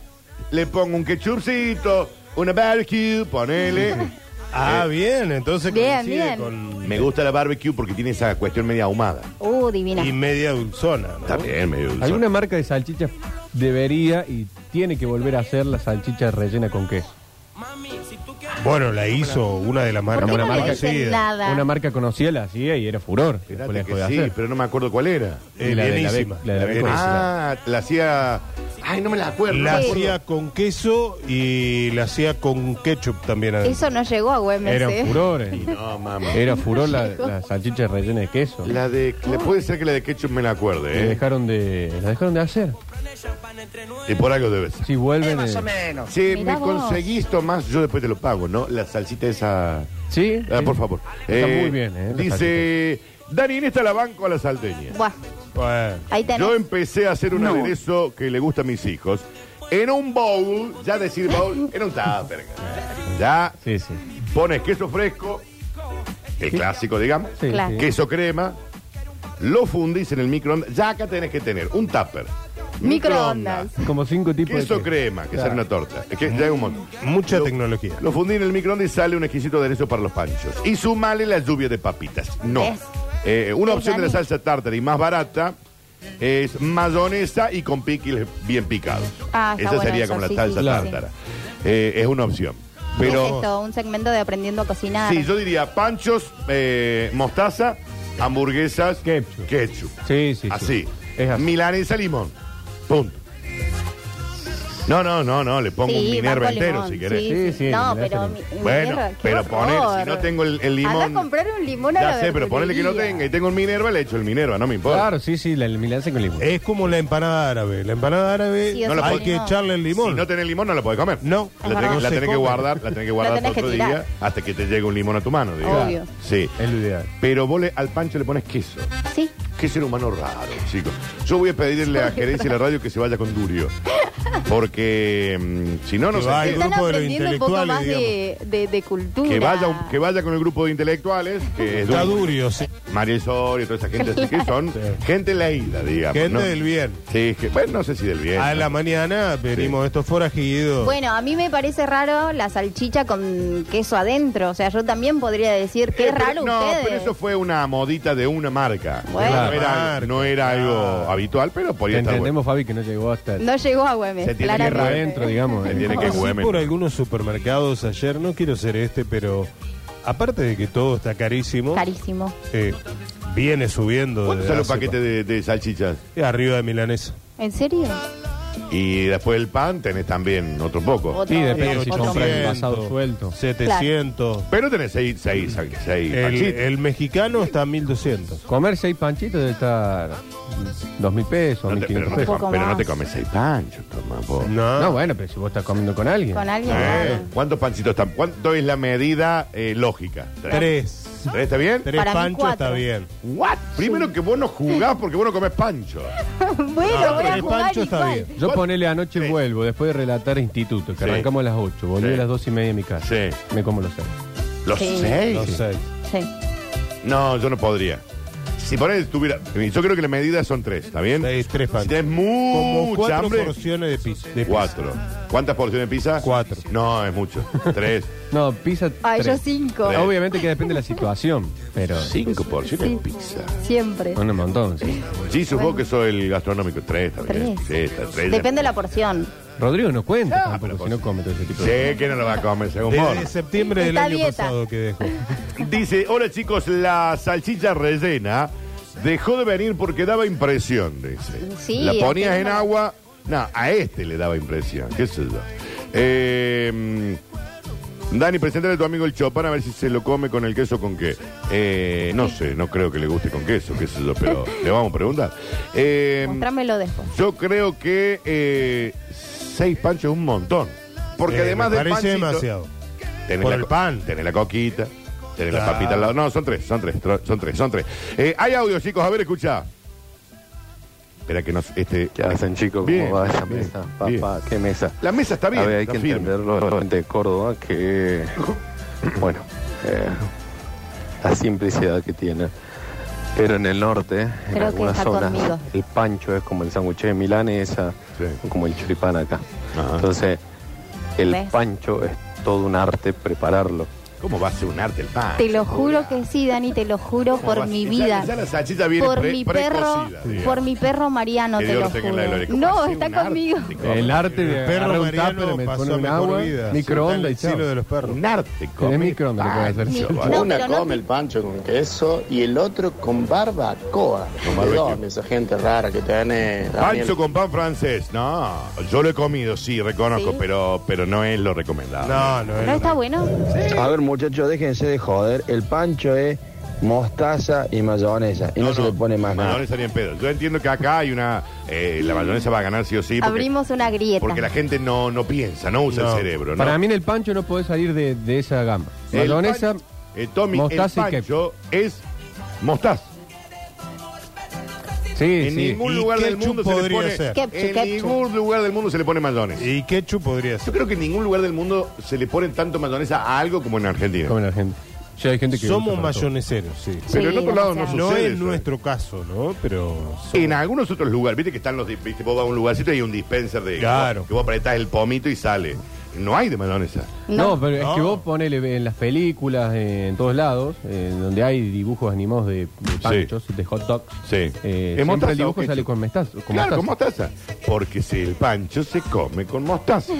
S2: le pongo un ketchupcito, una barbecue, ponele.
S8: Ah, bien, entonces
S7: Eh, Bien,
S8: coincide
S7: bien.
S8: con
S2: Me gusta la barbecue porque tiene esa cuestión media ahumada.
S7: Uh, divina.
S8: y media dulzona. ¿no?
S2: Está bien, medio dulzón.
S9: Alguna marca de salchichas debería y tiene que volver a hacer la salchicha rellena con queso.
S8: Bueno, la hizo una de las
S7: ¿Por
S8: marcas
S7: qué
S8: más
S7: no le
S9: marca
S7: dicen
S8: conocidas.
S7: nada?
S9: Una marca conocida la hacía y era furor. Después la
S2: Espérate
S9: dejó
S2: que
S9: de
S2: sí,
S9: hacer.
S2: pero no me acuerdo cuál era.
S8: Eh,
S9: Y la de la
S8: bienísima.
S9: Be- la de la
S8: La
S9: Be-
S8: bienísima.
S2: Ah, la hacía. Ay, no me la acuerdo.
S8: eh, La
S7: Sí.
S8: hacía con queso y la hacía con ketchup también. adentro.
S7: Eso no llegó a Güemes,
S9: Eran
S7: ¿eh?
S9: furores.
S2: No, mamá.
S9: Era furor la, la salchicha rellena de queso.
S2: La de. la- puede ser que la de ketchup me la
S9: Y
S2: acuerde, ¿eh?
S9: dejaron de, la dejaron de hacer.
S2: Y por algo debe ser.
S9: Si vuelven. eh,
S2: Si
S7: Mirá
S2: me
S7: vos.
S2: conseguís, Tomás, yo después te lo pago, ¿no? La salsita esa.
S9: Sí,
S2: Ah,
S9: sí.
S2: por favor.
S9: Está
S2: Eh,
S9: muy bien, ¿eh? la
S2: Dice. Dani, en esta la banco a la salteña.
S7: Buah,
S8: Bueno.
S7: ahí tenés.
S2: Yo empecé a hacer un
S4: No.
S2: aderezo que le gusta a mis hijos. En un bowl, ya decir bowl, en un tupper. Ya
S9: salchicha. Sí, sí.
S2: Pones queso fresco, el clásico, digamos,
S9: Sí,
S7: Claro.
S9: sí.
S2: queso crema, lo fundís en el microondas. Ya acá tenés que tener un tupper.
S7: Microondas.
S9: Como cinco tipos de
S2: Queso
S9: queso.
S2: crema, que sale una torta. Es que ya hay un montón.
S8: Mucha
S2: Lo-
S8: tecnología.
S2: Lo fundí en el microondas y sale un exquisito aderezo para los panchos. Y sumale la lluvia de papitas. No.
S7: ¿Ves?
S2: Eh, una
S7: ¿Ves,
S2: opción de la
S7: Dani?
S2: salsa tártara y más barata es mayonesa y con piquil bien picados.
S7: Ah, está
S2: Esa
S7: bueno
S2: sería
S7: eso,
S2: como
S7: sí,
S2: la salsa
S7: sí, sí, sí.
S2: tártara. Eh, es una opción. Pero...
S7: ¿Qué es esto? Un segmento de aprendiendo a cocinar.
S2: Sí, yo diría panchos, eh, mostaza, hamburguesas,
S9: Ketchup.
S2: ketchup.
S9: Sí, sí, sí.
S2: Así.
S9: Es así.
S2: Milanesa limón. Punto. No, no, no, no, le pongo
S7: Sí,
S2: un Minerva
S7: banco
S2: entero
S7: limón,
S2: si querés.
S7: Sí,
S9: Sí,
S7: sí.
S9: sí,
S7: no,
S9: me
S7: pero.
S9: parece
S7: mi- mi
S2: Bueno,
S7: mierda, qué
S2: pero poner,
S7: horror.
S2: si no tengo el, el limón.
S7: Anda a comprar un limón a
S2: Ya
S7: la
S2: sé, pero ponele que no
S7: verdulería.
S2: tenga y tengo el Minerva, le echo el Minerva, no me importa.
S9: Claro, sí, sí, la milanesa con
S2: Eh,
S9: limón.
S8: Es como la empanada árabe. La empanada árabe
S7: Sí,
S2: o No sea,
S8: hay
S7: con
S8: que
S7: limón.
S8: echarle el limón.
S2: Si no tenés limón, no la podés comer.
S8: No.
S7: Es
S2: La
S7: verdad.
S2: tenés, la
S8: No se
S2: tenés que
S8: come.
S2: guardar, la tenés que guardar hasta
S7: tenés que
S2: otro
S7: tirar.
S2: día hasta que te llegue un limón a tu mano, digamos.
S7: Obvio.
S2: Sí.
S9: Es lo ideal.
S2: Pero vos le- al pancho le pones queso.
S7: Sí.
S2: Qué ser humano raro, chicos. Yo voy a pedirle a la gerencia de la radio que se vaya con Durio. Porque mm, si no, no
S8: Que
S2: sé.
S8: vaya. Al
S7: Están
S8: grupo de los
S7: aprendiendo un poco más de,
S8: intelectuales,
S7: de- de cultura.
S2: Que vaya, un- que vaya con el grupo de intelectuales, que es
S8: Está
S2: Durio.
S8: durio, sí.
S2: Mariel Soria, toda esa gente así que son gente leída, digamos.
S8: Gente
S2: ¿no?
S8: del bien.
S2: Sí, que- bueno, no sé si del bien.
S8: A la mañana venimos estos forajidos.
S7: Bueno, a mí me parece raro la salchicha con queso adentro. O sea, yo también podría decir que
S2: Eh,
S7: es
S2: pero-
S7: raro
S2: No,
S7: ustedes.
S2: pero eso fue una modita de una marca.
S7: Bueno.
S2: No era,
S8: Marca,
S2: no era algo
S8: claro.
S2: habitual, pero podría
S9: Te
S2: estar
S9: entendemos, Fabi, que no llegó hasta
S7: No llegó a Güemes.
S2: Se tiene que
S9: tierra
S7: claramente.
S9: adentro, digamos. ¿eh?
S2: Se tiene que-
S8: Pasé
S2: Güemes.
S8: por algunos supermercados ayer, no quiero ser este, pero aparte de que todo está carísimo,
S7: Carísimo.
S8: eh, viene subiendo.
S2: ¿Cuánto
S8: desde
S2: sale un
S8: hace
S2: paquete de, de salchichas?
S8: pa- Arriba de milanesa.
S7: ¿En serio?
S2: Y después el pan tenés también otro poco.
S7: Otro-
S9: Y depende si
S7: otro-
S9: compras el pasado suelto.
S8: 700.
S2: Pero tenés seis, seis, seis, seis
S8: El,
S2: salchichas.
S8: el mexicano está a 1200.
S9: Comer seis panchitos debe estar dos mil pesos,
S2: No
S9: mil
S2: te- pero,
S9: quinientos
S2: no te,
S9: pesos.
S7: Un poco
S2: com- pero no
S7: más.
S2: te comes seis panchos, toma ¿Eh? vos.
S8: No.
S9: No, bueno, pero si vos estás comiendo con alguien.
S7: Con alguien.
S2: Eh,
S7: claro.
S2: ¿Cuántos pancitos están? ¿Cuánto es la medida eh, lógica?
S8: Tres.
S2: ¿Tres está bien?
S8: Tres
S7: Para mí
S8: panchos
S7: cuatro.
S8: está bien.
S2: What? Primero que vos no jugás porque vos no comés pancho.
S7: bueno,
S2: Ah,
S7: voy a
S8: el
S7: jugar
S8: pancho está
S7: igual.
S8: bien.
S9: Yo ponele anoche
S2: Sí.
S9: vuelvo, después de relatar instituto, que
S2: Sí.
S9: arrancamos a las 8, volví
S2: Sí.
S9: a las 2 y media a mi casa.
S2: Sí.
S9: Me como los seis.
S2: ¿Los
S7: Sí.
S2: seis?
S8: Los seis.
S7: Sí.
S2: No, yo no podría. Si por ahí estuviera. Yo creo que la medida son tres, ¿está bien?
S8: Seis, tres
S2: Si
S8: panchos.
S2: tenés
S8: Como
S2: mucha
S8: cuatro
S2: hambre.
S8: porciones de pizza. de pizza.
S2: Cuatro. ¿Cuántas porciones de pizza?
S8: Cuatro.
S2: No, es mucho. Tres.
S9: No, pizza.
S7: Ay,
S9: tres.
S7: Ah, yo cinco.
S2: Tres.
S9: Obviamente que depende de la situación, pero.
S2: Cinco porciones
S7: Sí.
S2: de pizza.
S7: Siempre.
S9: Un montón, sí.
S2: Sí, supongo que soy el gastronómico. Tres también.
S7: Tres.
S2: Sí, está, tres.
S7: Depende de la porción.
S9: Rodrigo no cuenta
S2: Ah,
S9: tampoco,
S2: pero
S9: si no come todo ese tipo de
S2: Sí, que no lo va a comer, según vos.
S8: Desde septiembre del
S7: Está
S8: año
S7: dieta.
S8: pasado que dejó.
S2: Dice, hola chicos, la salchicha rellena dejó de venir porque daba impresión, dice.
S7: Sí,
S2: la ponías
S7: es
S2: en
S7: que no-
S2: agua. No, a este le daba impresión, qué sé yo. Eh, mm, Dani, preséntale a tu amigo el Chopin a ver si se lo come con el queso con qué. Eh, no sé, no creo que le guste con queso, qué sé yo, pero le vamos a preguntar. Eh,
S7: Mostrámelo después.
S2: yo creo que eh, seis panchos es un montón. Porque
S8: Eh,
S2: además
S8: me
S2: de
S8: parece
S2: panchito,
S8: demasiado.
S2: Tenés
S8: Por
S2: la
S8: el
S2: co-
S8: pan.
S2: Tenés la coquita, tenés la
S8: Claro.
S2: papita al lado. No, son tres, son tres, tro- son tres, son tres. Eh, hay audio, chicos, a ver, escucha. Espera que nos. Este,
S11: ¿Qué hacen chicos? ¿Cómo
S2: Bien,
S11: va esa
S2: bien,
S11: mesa?
S2: bien.
S11: Papá, ¿qué mesa?
S2: La mesa está bien.
S11: a ver, hay
S2: está
S11: que
S2: firme.
S11: entenderlo la gente de Córdoba que, bueno, eh, la simplicidad que tiene. Pero en el norte,
S7: Creo
S11: en
S7: que
S11: algunas
S7: está
S11: zonas,
S7: conmigo.
S11: el pancho es como el sándwich de milanesa,
S2: Sí.
S11: o como el choripán acá.
S2: Ajá.
S11: Entonces, el
S7: ¿Ves?
S11: pancho es todo un arte prepararlo.
S2: ¿Cómo va a ser un arte el pan?
S7: Te lo juro que sí, Dani, te lo juro
S2: ¿Cómo va
S7: por
S2: a-
S7: mi
S2: ya-
S7: vida.
S2: ya la salchicha viene
S7: Por
S2: pre-
S7: mi perro,
S2: precocida, digamos.
S7: por mi perro Mariano,
S2: Que
S7: te
S2: Dios
S7: lo
S2: lo tenga en
S7: juro.
S2: la gloria. ¿Cómo va
S7: No,
S2: a ser
S7: está
S2: un arte?
S7: conmigo.
S9: cosas.
S8: Eh,
S9: El arte de
S8: El perro
S9: agarrar un
S8: Mariano
S9: tupper, me
S8: pasó
S9: pone un
S8: mejor
S9: agua,
S8: vida. Suelta
S9: microondas
S8: el
S9: y chao.
S8: silo de los perros.
S2: Un arte,
S9: Tenés
S2: come
S9: microondas que
S2: pan.
S9: puede hacer.
S7: Mi-
S2: Vale.
S7: No,
S12: Una
S7: pero no-
S12: come el pancho con queso y el otro con barbacoa.
S2: Con
S12: ¿De
S2: barbecue.
S12: dónde esa gente rara que eh, tiene? Daniel?
S2: Pancho con pan francés, no. Yo lo he comido, sí, reconozco,
S7: Sí.
S2: pero pero no es lo recomendado.
S8: No, no es.
S7: ¿No está bueno?
S12: A ver, muchachos, déjense de joder. El pancho es mostaza y mayonesa. Y no, se le pone más nada.
S2: Mayonesa ni en pedo. Yo entiendo que acá hay una. eh, la mayonesa va a ganar sí o sí. Porque,
S7: Abrimos una grieta.
S2: porque la gente no, no piensa, no usa el
S8: No.
S2: cerebro. ¿no?
S9: Para mí en el pancho no podés salir de, de esa gama.
S2: El
S9: Mayonesa,
S2: pan- eh, Tommy,
S9: mostaza
S2: el
S9: y
S2: pancho es mostaza.
S9: sí,
S2: en
S9: sí.
S2: ningún
S8: ¿Y
S2: lugar del
S8: ketchup
S2: mundo se le
S8: podría
S2: pone.
S8: ser?
S7: Ketchup,
S2: en
S7: ketchup.
S2: ningún lugar del mundo se le pone mayonesa.
S8: ¿Y ketchup podría
S2: Yo
S8: ser?
S2: creo que en ningún lugar del mundo se le pone tanto mayonesa a algo como en Argentina.
S9: Como la gente. Ya hay
S2: Este
S9: gente que
S8: Somos
S9: usa para todo.
S8: mayoneseros, sí.
S2: Pero en
S7: Sí,
S2: otro lado no
S7: demasiado.
S2: sucede.
S8: No es
S2: eso, ¿eh?
S8: nuestro caso, ¿no? Pero.
S2: En
S8: somos-
S2: algunos otros lugares, viste que están los. di- Viste, vos vas a un lugarcito y hay un dispenser de.
S8: Claro.
S2: Que vos apretás el pomito y sale. No hay de mayonesa.
S9: No, pero
S8: No.
S9: es que vos ponele en las películas, eh, en todos lados, eh, donde hay dibujos animados de, de panchos, de hot dogs.
S2: Sí.
S9: eh,
S2: ¿Es
S9: siempre
S2: mostaza
S9: el
S2: o
S9: dibujo
S2: ketchup?
S9: sale con mostaza. con
S2: claro, con
S9: mostaza.
S2: mostaza. Porque si el pancho se come con mostaza.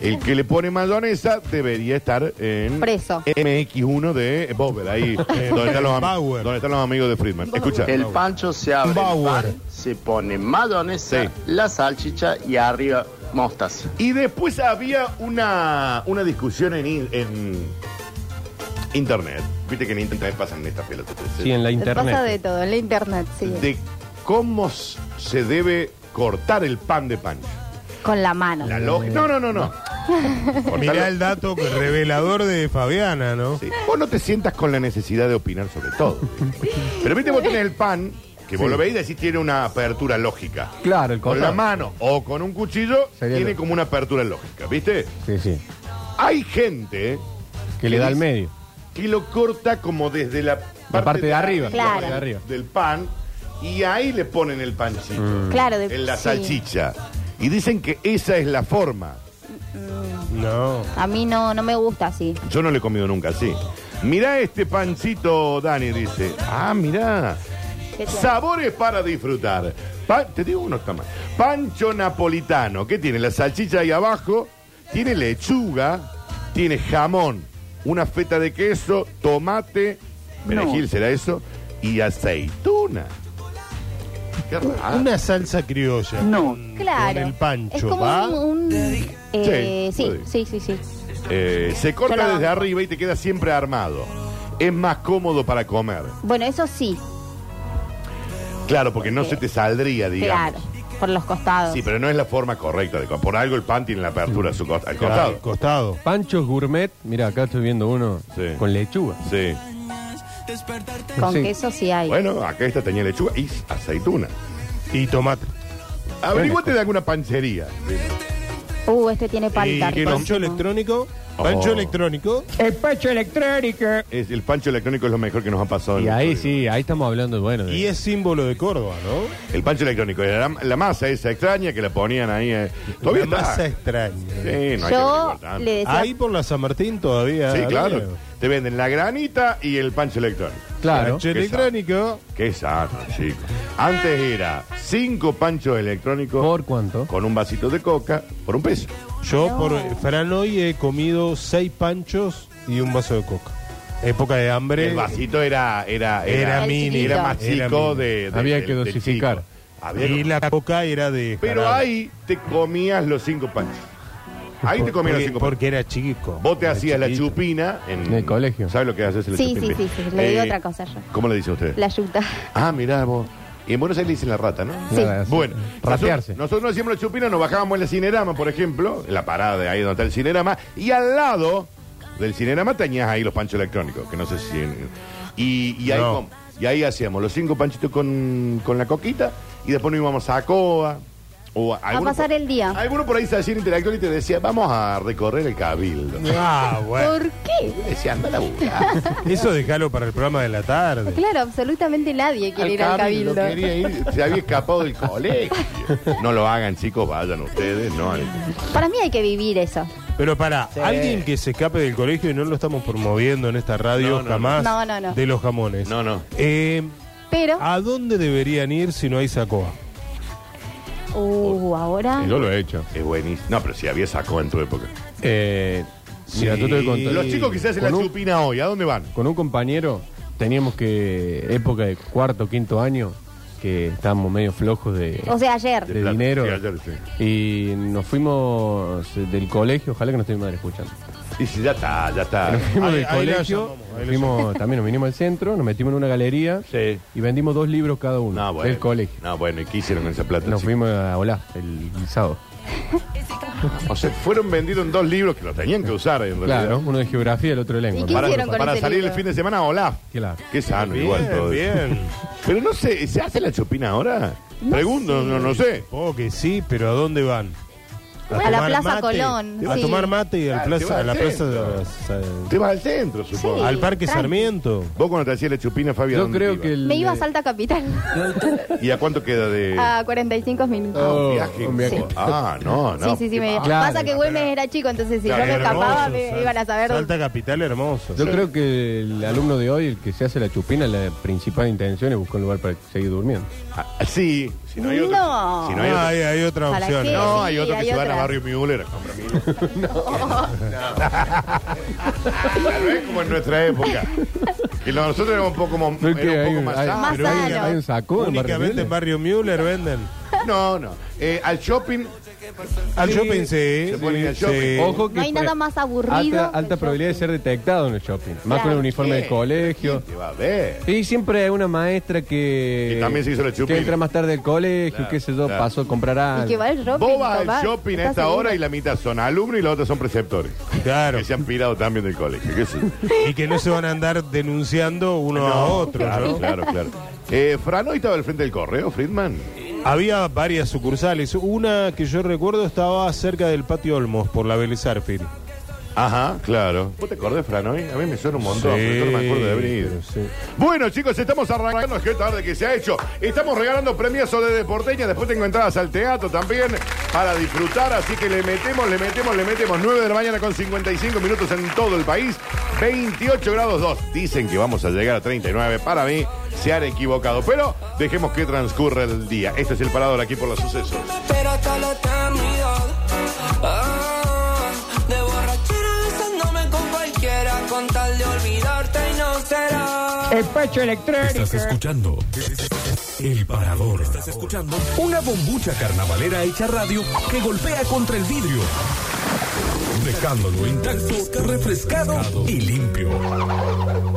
S2: El que le pone mayonesa debería estar en
S7: Preso.
S2: MX1 de Bobber, ahí eh, donde, están los, am-
S8: Bauer.
S2: donde están los amigos de Friedman. Escucha,
S12: El pancho se abre, el
S8: Bauer.
S12: pan, se pone mayonesa,
S2: Sí.
S12: la salchicha y arriba mostaza.
S2: y después había una, una discusión en, in- en internet. Viste que en internet pasan estas pelotas.
S9: Sí, en la internet.
S7: Pasa de todo, en la internet, sí.
S2: de cómo s- se debe cortar el pan de pancho.
S7: Con la mano.
S9: Ah,
S2: La lógica. No, no, no, no. Cortalo-
S8: Mirá el dato revelador de Fabiana, ¿no?
S2: Sí. Vos no te sientas con la necesidad de opinar sobre todo. Pero viste, vos tenés el pan, que vos lo veis y decís tiene una apertura lógica.
S9: Claro, el
S2: Con la
S9: costado.
S2: mano o con un cuchillo,
S9: Sería
S2: tiene
S9: lo-
S2: como una apertura lógica, ¿viste?
S9: Sí, sí.
S2: Hay gente
S9: Que le da al
S2: dice
S9: medio.
S2: que lo corta como desde la parte,
S9: La parte de arriba.
S7: Claro.
S9: La parte de arriba.
S2: del pan y ahí le ponen el panchito.
S9: Mm.
S7: Claro, de-
S2: En la
S7: sí.
S2: salchicha. Y dicen que esa es la forma.
S8: No.
S7: A mí no, no me gusta así.
S2: Yo no le he comido nunca así. Mirá este pancito, Dani, dice. Ah, mirá.
S7: ¿Qué tiene?
S2: Sabores para disfrutar. Pa- te digo uno está mal. Pancho napolitano. ¿Qué tiene? La salchicha ahí abajo. Tiene lechuga. Tiene jamón. una feta de queso, tomate, perejil será eso, y aceituna. Qué raro.
S8: Una salsa criolla.
S2: No.
S7: Claro.
S8: Con el pancho,
S7: es como
S8: ¿va?
S7: un. un, eh,
S2: Sí,
S7: sí,
S2: puede.
S7: sí, sí, sí.
S2: Eh, se
S7: Yo
S2: corta
S7: la
S2: desde
S7: banco.
S2: arriba y te queda siempre armado. Es más cómodo para comer.
S7: Bueno, eso sí,
S2: Claro, porque no se te saldría, digamos.
S7: claro. Por los costados.
S2: Sí, pero no es la forma correcta de co- Por algo el pan tiene la apertura a su costa- al
S3: Claro,
S2: costado.
S8: costado.
S3: Panchos gourmet, mira, acá estoy viendo uno con lechuga.
S2: Sí.
S7: Con
S3: Sí.
S7: queso sí hay.
S2: Bueno, acá esta tenía lechuga y aceituna.
S8: Y tomate.
S2: Averiguate de alguna panchería.
S7: Uh, este tiene palta.
S8: ¿Y qué
S7: rico.
S8: pancho electrónico? Pancho
S2: Oh.
S8: electrónico.
S13: El pancho electrónico.
S2: Es, el pancho electrónico es lo mejor que nos ha pasado.
S3: Y ahí sí, ahí estamos hablando, bueno. de-
S8: Y es símbolo de Córdoba, ¿no?
S2: El pancho electrónico. La, la masa esa extraña que la ponían ahí. eh. Todavía
S8: La
S2: está.
S8: masa extraña.
S2: Sí, no hay
S7: Yo
S2: que averiguar tanto.
S7: le decía.
S8: Ahí por la San Martín todavía.
S2: Sí,
S8: había.
S2: claro. Te venden la granita y el pancho electrónico.
S3: Claro.
S8: Pancho electrónico.
S2: Qué sano, chicos. Antes era cinco panchos electrónicos.
S3: ¿Por cuánto?
S2: Con un vasito de coca por un peso.
S8: Yo por Fran hoy he comido seis panchos y un vaso de coca. Época de hambre.
S2: El vasito era, era,
S8: Era
S2: era,
S8: mini.
S2: era más
S8: Era
S2: chico
S8: mini.
S2: de, de-
S3: Había
S2: del-
S3: que
S2: del
S3: dosificar.
S2: chico. Había
S8: Y
S2: que-
S8: la coca era de.
S2: Pero
S8: jarabe.
S2: ahí te comías los cinco panchos. Ahí
S8: Por-
S2: te comías los
S8: porque,
S2: cinco panchos.
S8: porque era chico.
S2: Vos te
S8: Era
S2: hacías la
S8: chiquito.
S2: chupina en,
S3: En el colegio.
S2: ¿Sabes lo que haces? La
S7: Sí, sí,
S2: chupina?
S7: sí, sí. Le digo
S2: Eh,
S7: otra cosa yo.
S2: ¿Cómo le dice usted?
S7: La yuta.
S2: Ah, mirá vos. Y en Buenos Aires le dicen la rata, ¿no?
S7: Sí.
S3: Nada, así.
S2: Bueno,
S3: Ratearse.
S2: Nosotros, nosotros no hacíamos la chupina, nos bajábamos en el Cinerama, por ejemplo, en la parada de ahí donde está el Cinerama, y al lado del Cinerama tenías ahí los panchos electrónicos, que no sé si. Y, y ahí,
S8: No.
S2: com- y ahí hacíamos los cinco panchitos con, con la coquita, y después nos íbamos a Coa. O a,
S7: A
S2: alguno
S7: pasar
S2: por,
S7: el día.
S2: Alguno por ahí se hacía intelectual y te decía, vamos a recorrer el cabildo.
S8: Ah, bueno.
S7: ¿Por qué?
S2: Yo decía, anda a laburar.
S8: Eso déjalo para el programa de la tarde.
S7: Claro, absolutamente nadie quiere ir al cabildo.
S2: quería ir, se había escapado del colegio. No lo hagan, chicos, vayan ustedes, no.
S7: Para mí hay que vivir eso.
S8: Pero para,
S1: Sí.
S8: Ah, alguien que se escape del colegio y no lo estamos promoviendo en esta radio
S2: No, no,
S8: jamás
S7: no. No, no, no.
S8: de los jamones.
S2: No, no.
S8: Eh,
S7: Pero,
S8: ¿A dónde deberían ir si no hay sacoa?
S7: uh, ahora.
S8: lo he hecho.
S2: Es buenísimo. No, pero si había sacó en tu época.
S3: Eh, mira, yo te voy a contar.
S2: Los chicos que se hacen
S3: Con
S2: la
S3: un-
S2: chupina hoy, ¿a dónde van?
S3: Con un compañero teníamos que, época de cuarto, quinto año, que estábamos medio flojos de,
S7: O sea, ayer.
S3: de
S2: Plata.
S3: dinero.
S2: Sí, ayer, sí.
S3: Y nos fuimos eh, del colegio, ojalá que no esté mi madre escuchando.
S2: Y si ya está, ya está.
S3: Nos fuimos
S8: Ahí-
S3: del
S8: ahí la
S3: colegio,
S8: llamamos, ahí
S3: nos
S8: la
S3: fuimos- también nos vinimos al centro, nos metimos en una galería
S2: Sí.
S3: y vendimos dos libros cada uno
S8: Ah,
S2: No, bueno.
S3: del colegio.
S2: No, bueno, ¿y qué hicieron con esa plata?
S3: Nos
S2: chicos?
S3: fuimos a Olá el sábado.
S2: O sea, fueron vendidos en dos libros que los tenían que usar en realidad.
S3: Claro, uno de geografía y el otro de
S7: ¿Y
S3: lengua.
S7: qué
S3: ¿no?
S2: Para,
S7: hicieron con
S2: para
S7: ese
S2: salir el
S7: libro?
S2: fin de semana, hola.
S3: Claro.
S2: Qué sano,
S8: Bien,
S2: igual todo. eso.
S8: bien.
S2: Pero no sé, ¿se hace la chupina ahora? Pregunto, no, no sé.
S8: Oh, que sí, pero ¿a dónde van?
S7: A la
S8: tomar
S7: Plaza Colón,
S8: A
S7: sí.
S8: tomar mate y al
S2: Ah, te
S8: plaza,
S2: vas
S8: a la
S2: al
S8: plaza de
S2: centro.
S8: las-
S2: Te vas al centro, supongo.
S7: Sí.
S8: al Parque
S7: tranqui.
S8: Sarmiento.
S2: Vos cuando te hacías la chupina, Fabián.
S3: Yo creo que el.
S7: Me iba a
S3: de-
S7: Salta Capital
S2: ¿Y a cuánto queda de
S7: a 45 minutos.
S3: Oh,
S2: viaje?
S3: un viaje.
S2: Ah, no, no.
S7: sí, sí, sí. Me...
S3: Claro.
S7: Pasa que Güemes era chico, entonces si yo me
S8: Hermoso,
S7: escapaba me
S8: Sal-
S7: iban a saber.
S8: Salta Capital hermoso.
S3: Yo creo que el alumno de hoy, el que se hace la chupina, la principal intención es buscar un lugar para seguir durmiendo.
S2: Ah, sí, si no hay otro.
S7: No.
S2: Si no hay
S8: Ah,
S2: otro.
S8: hay, hay otra
S7: ¿Para
S8: opción.
S7: qué?
S2: No, hay
S7: Sí,
S2: otro que
S7: hay
S2: se van a
S7: otras.
S2: Barrio Miguel Claro, es como en nuestra época. Que nosotros éramos un poco, mo-
S3: No es
S2: era
S3: que
S2: un
S3: hay,
S2: poco más
S3: hay-
S2: sano.
S7: Más
S3: pero hay-
S7: sano.
S3: hay un saco en Barrio
S8: Únicamente en
S3: Miles.
S8: Barrio Müller venden.
S2: No, no. Eh, al shopping,
S8: Al
S3: Sí.
S8: shopping sí.
S2: Se ponen al shopping.
S3: Ojo que
S7: No hay
S3: pre-
S7: nada más aburrido
S3: Alta,
S7: que el
S3: alta probabilidad de
S7: shopping.
S3: ser detectado en el shopping. Más
S7: Claro.
S3: con el uniforme del
S2: Sí.
S3: colegio.
S2: eh, te va a ver.
S3: Y siempre hay una maestra que.
S2: Que también se hizo la chupina.
S3: Que entra más tarde del colegio,
S2: Claro,
S3: qué sé yo,
S2: claro.
S3: pasó a comprar
S7: Y que
S3: algo.
S7: va al shopping.
S2: Vos vas
S7: papá,
S2: al shopping a
S7: ¿estás
S2: esta
S7: seguro?
S2: hora y la mitad son alumnos y la otra son preceptores.
S8: Claro.
S2: Que se han pirado también del colegio. ¿Qué sé yo.
S8: Y que no se van a andar denunciando uno a otro.
S2: Claro,
S8: ¿no?
S2: claro, claro. Eh, Fran hoy estaba al frente del correo, Friedman.
S8: Había varias sucursales. Una que yo recuerdo estaba cerca del patio Olmos, por la Vélez Arfield.
S2: Ajá, claro. ¿Vos te acordás, Fran, hoy? A mí me suena un montón,
S8: Sí,
S2: pero yo no me acuerdo de haber ido.
S8: pero sí.
S2: Bueno, chicos, estamos arrancando. Es que tarde que se ha hecho. Estamos regalando premios de deporteña. Después tengo entradas al teatro también para disfrutar. Así que le metemos, le metemos, le metemos. 9 de la mañana con 55 minutos en todo el país. 28 grados 2. Dicen que vamos a llegar a 39. Para mí se han equivocado. Pero dejemos que transcurra el día. Este es el parador aquí por los sucesos.
S14: Pero hasta la eternidad. Ah, de borrachera besándome con cualquiera. Con
S15: El pecho electrónico.
S8: Estás escuchando El Parador. Estás escuchando una bombucha carnavalera hecha radio que golpea contra el vidrio, dejándolo intacto, refrescado y limpio.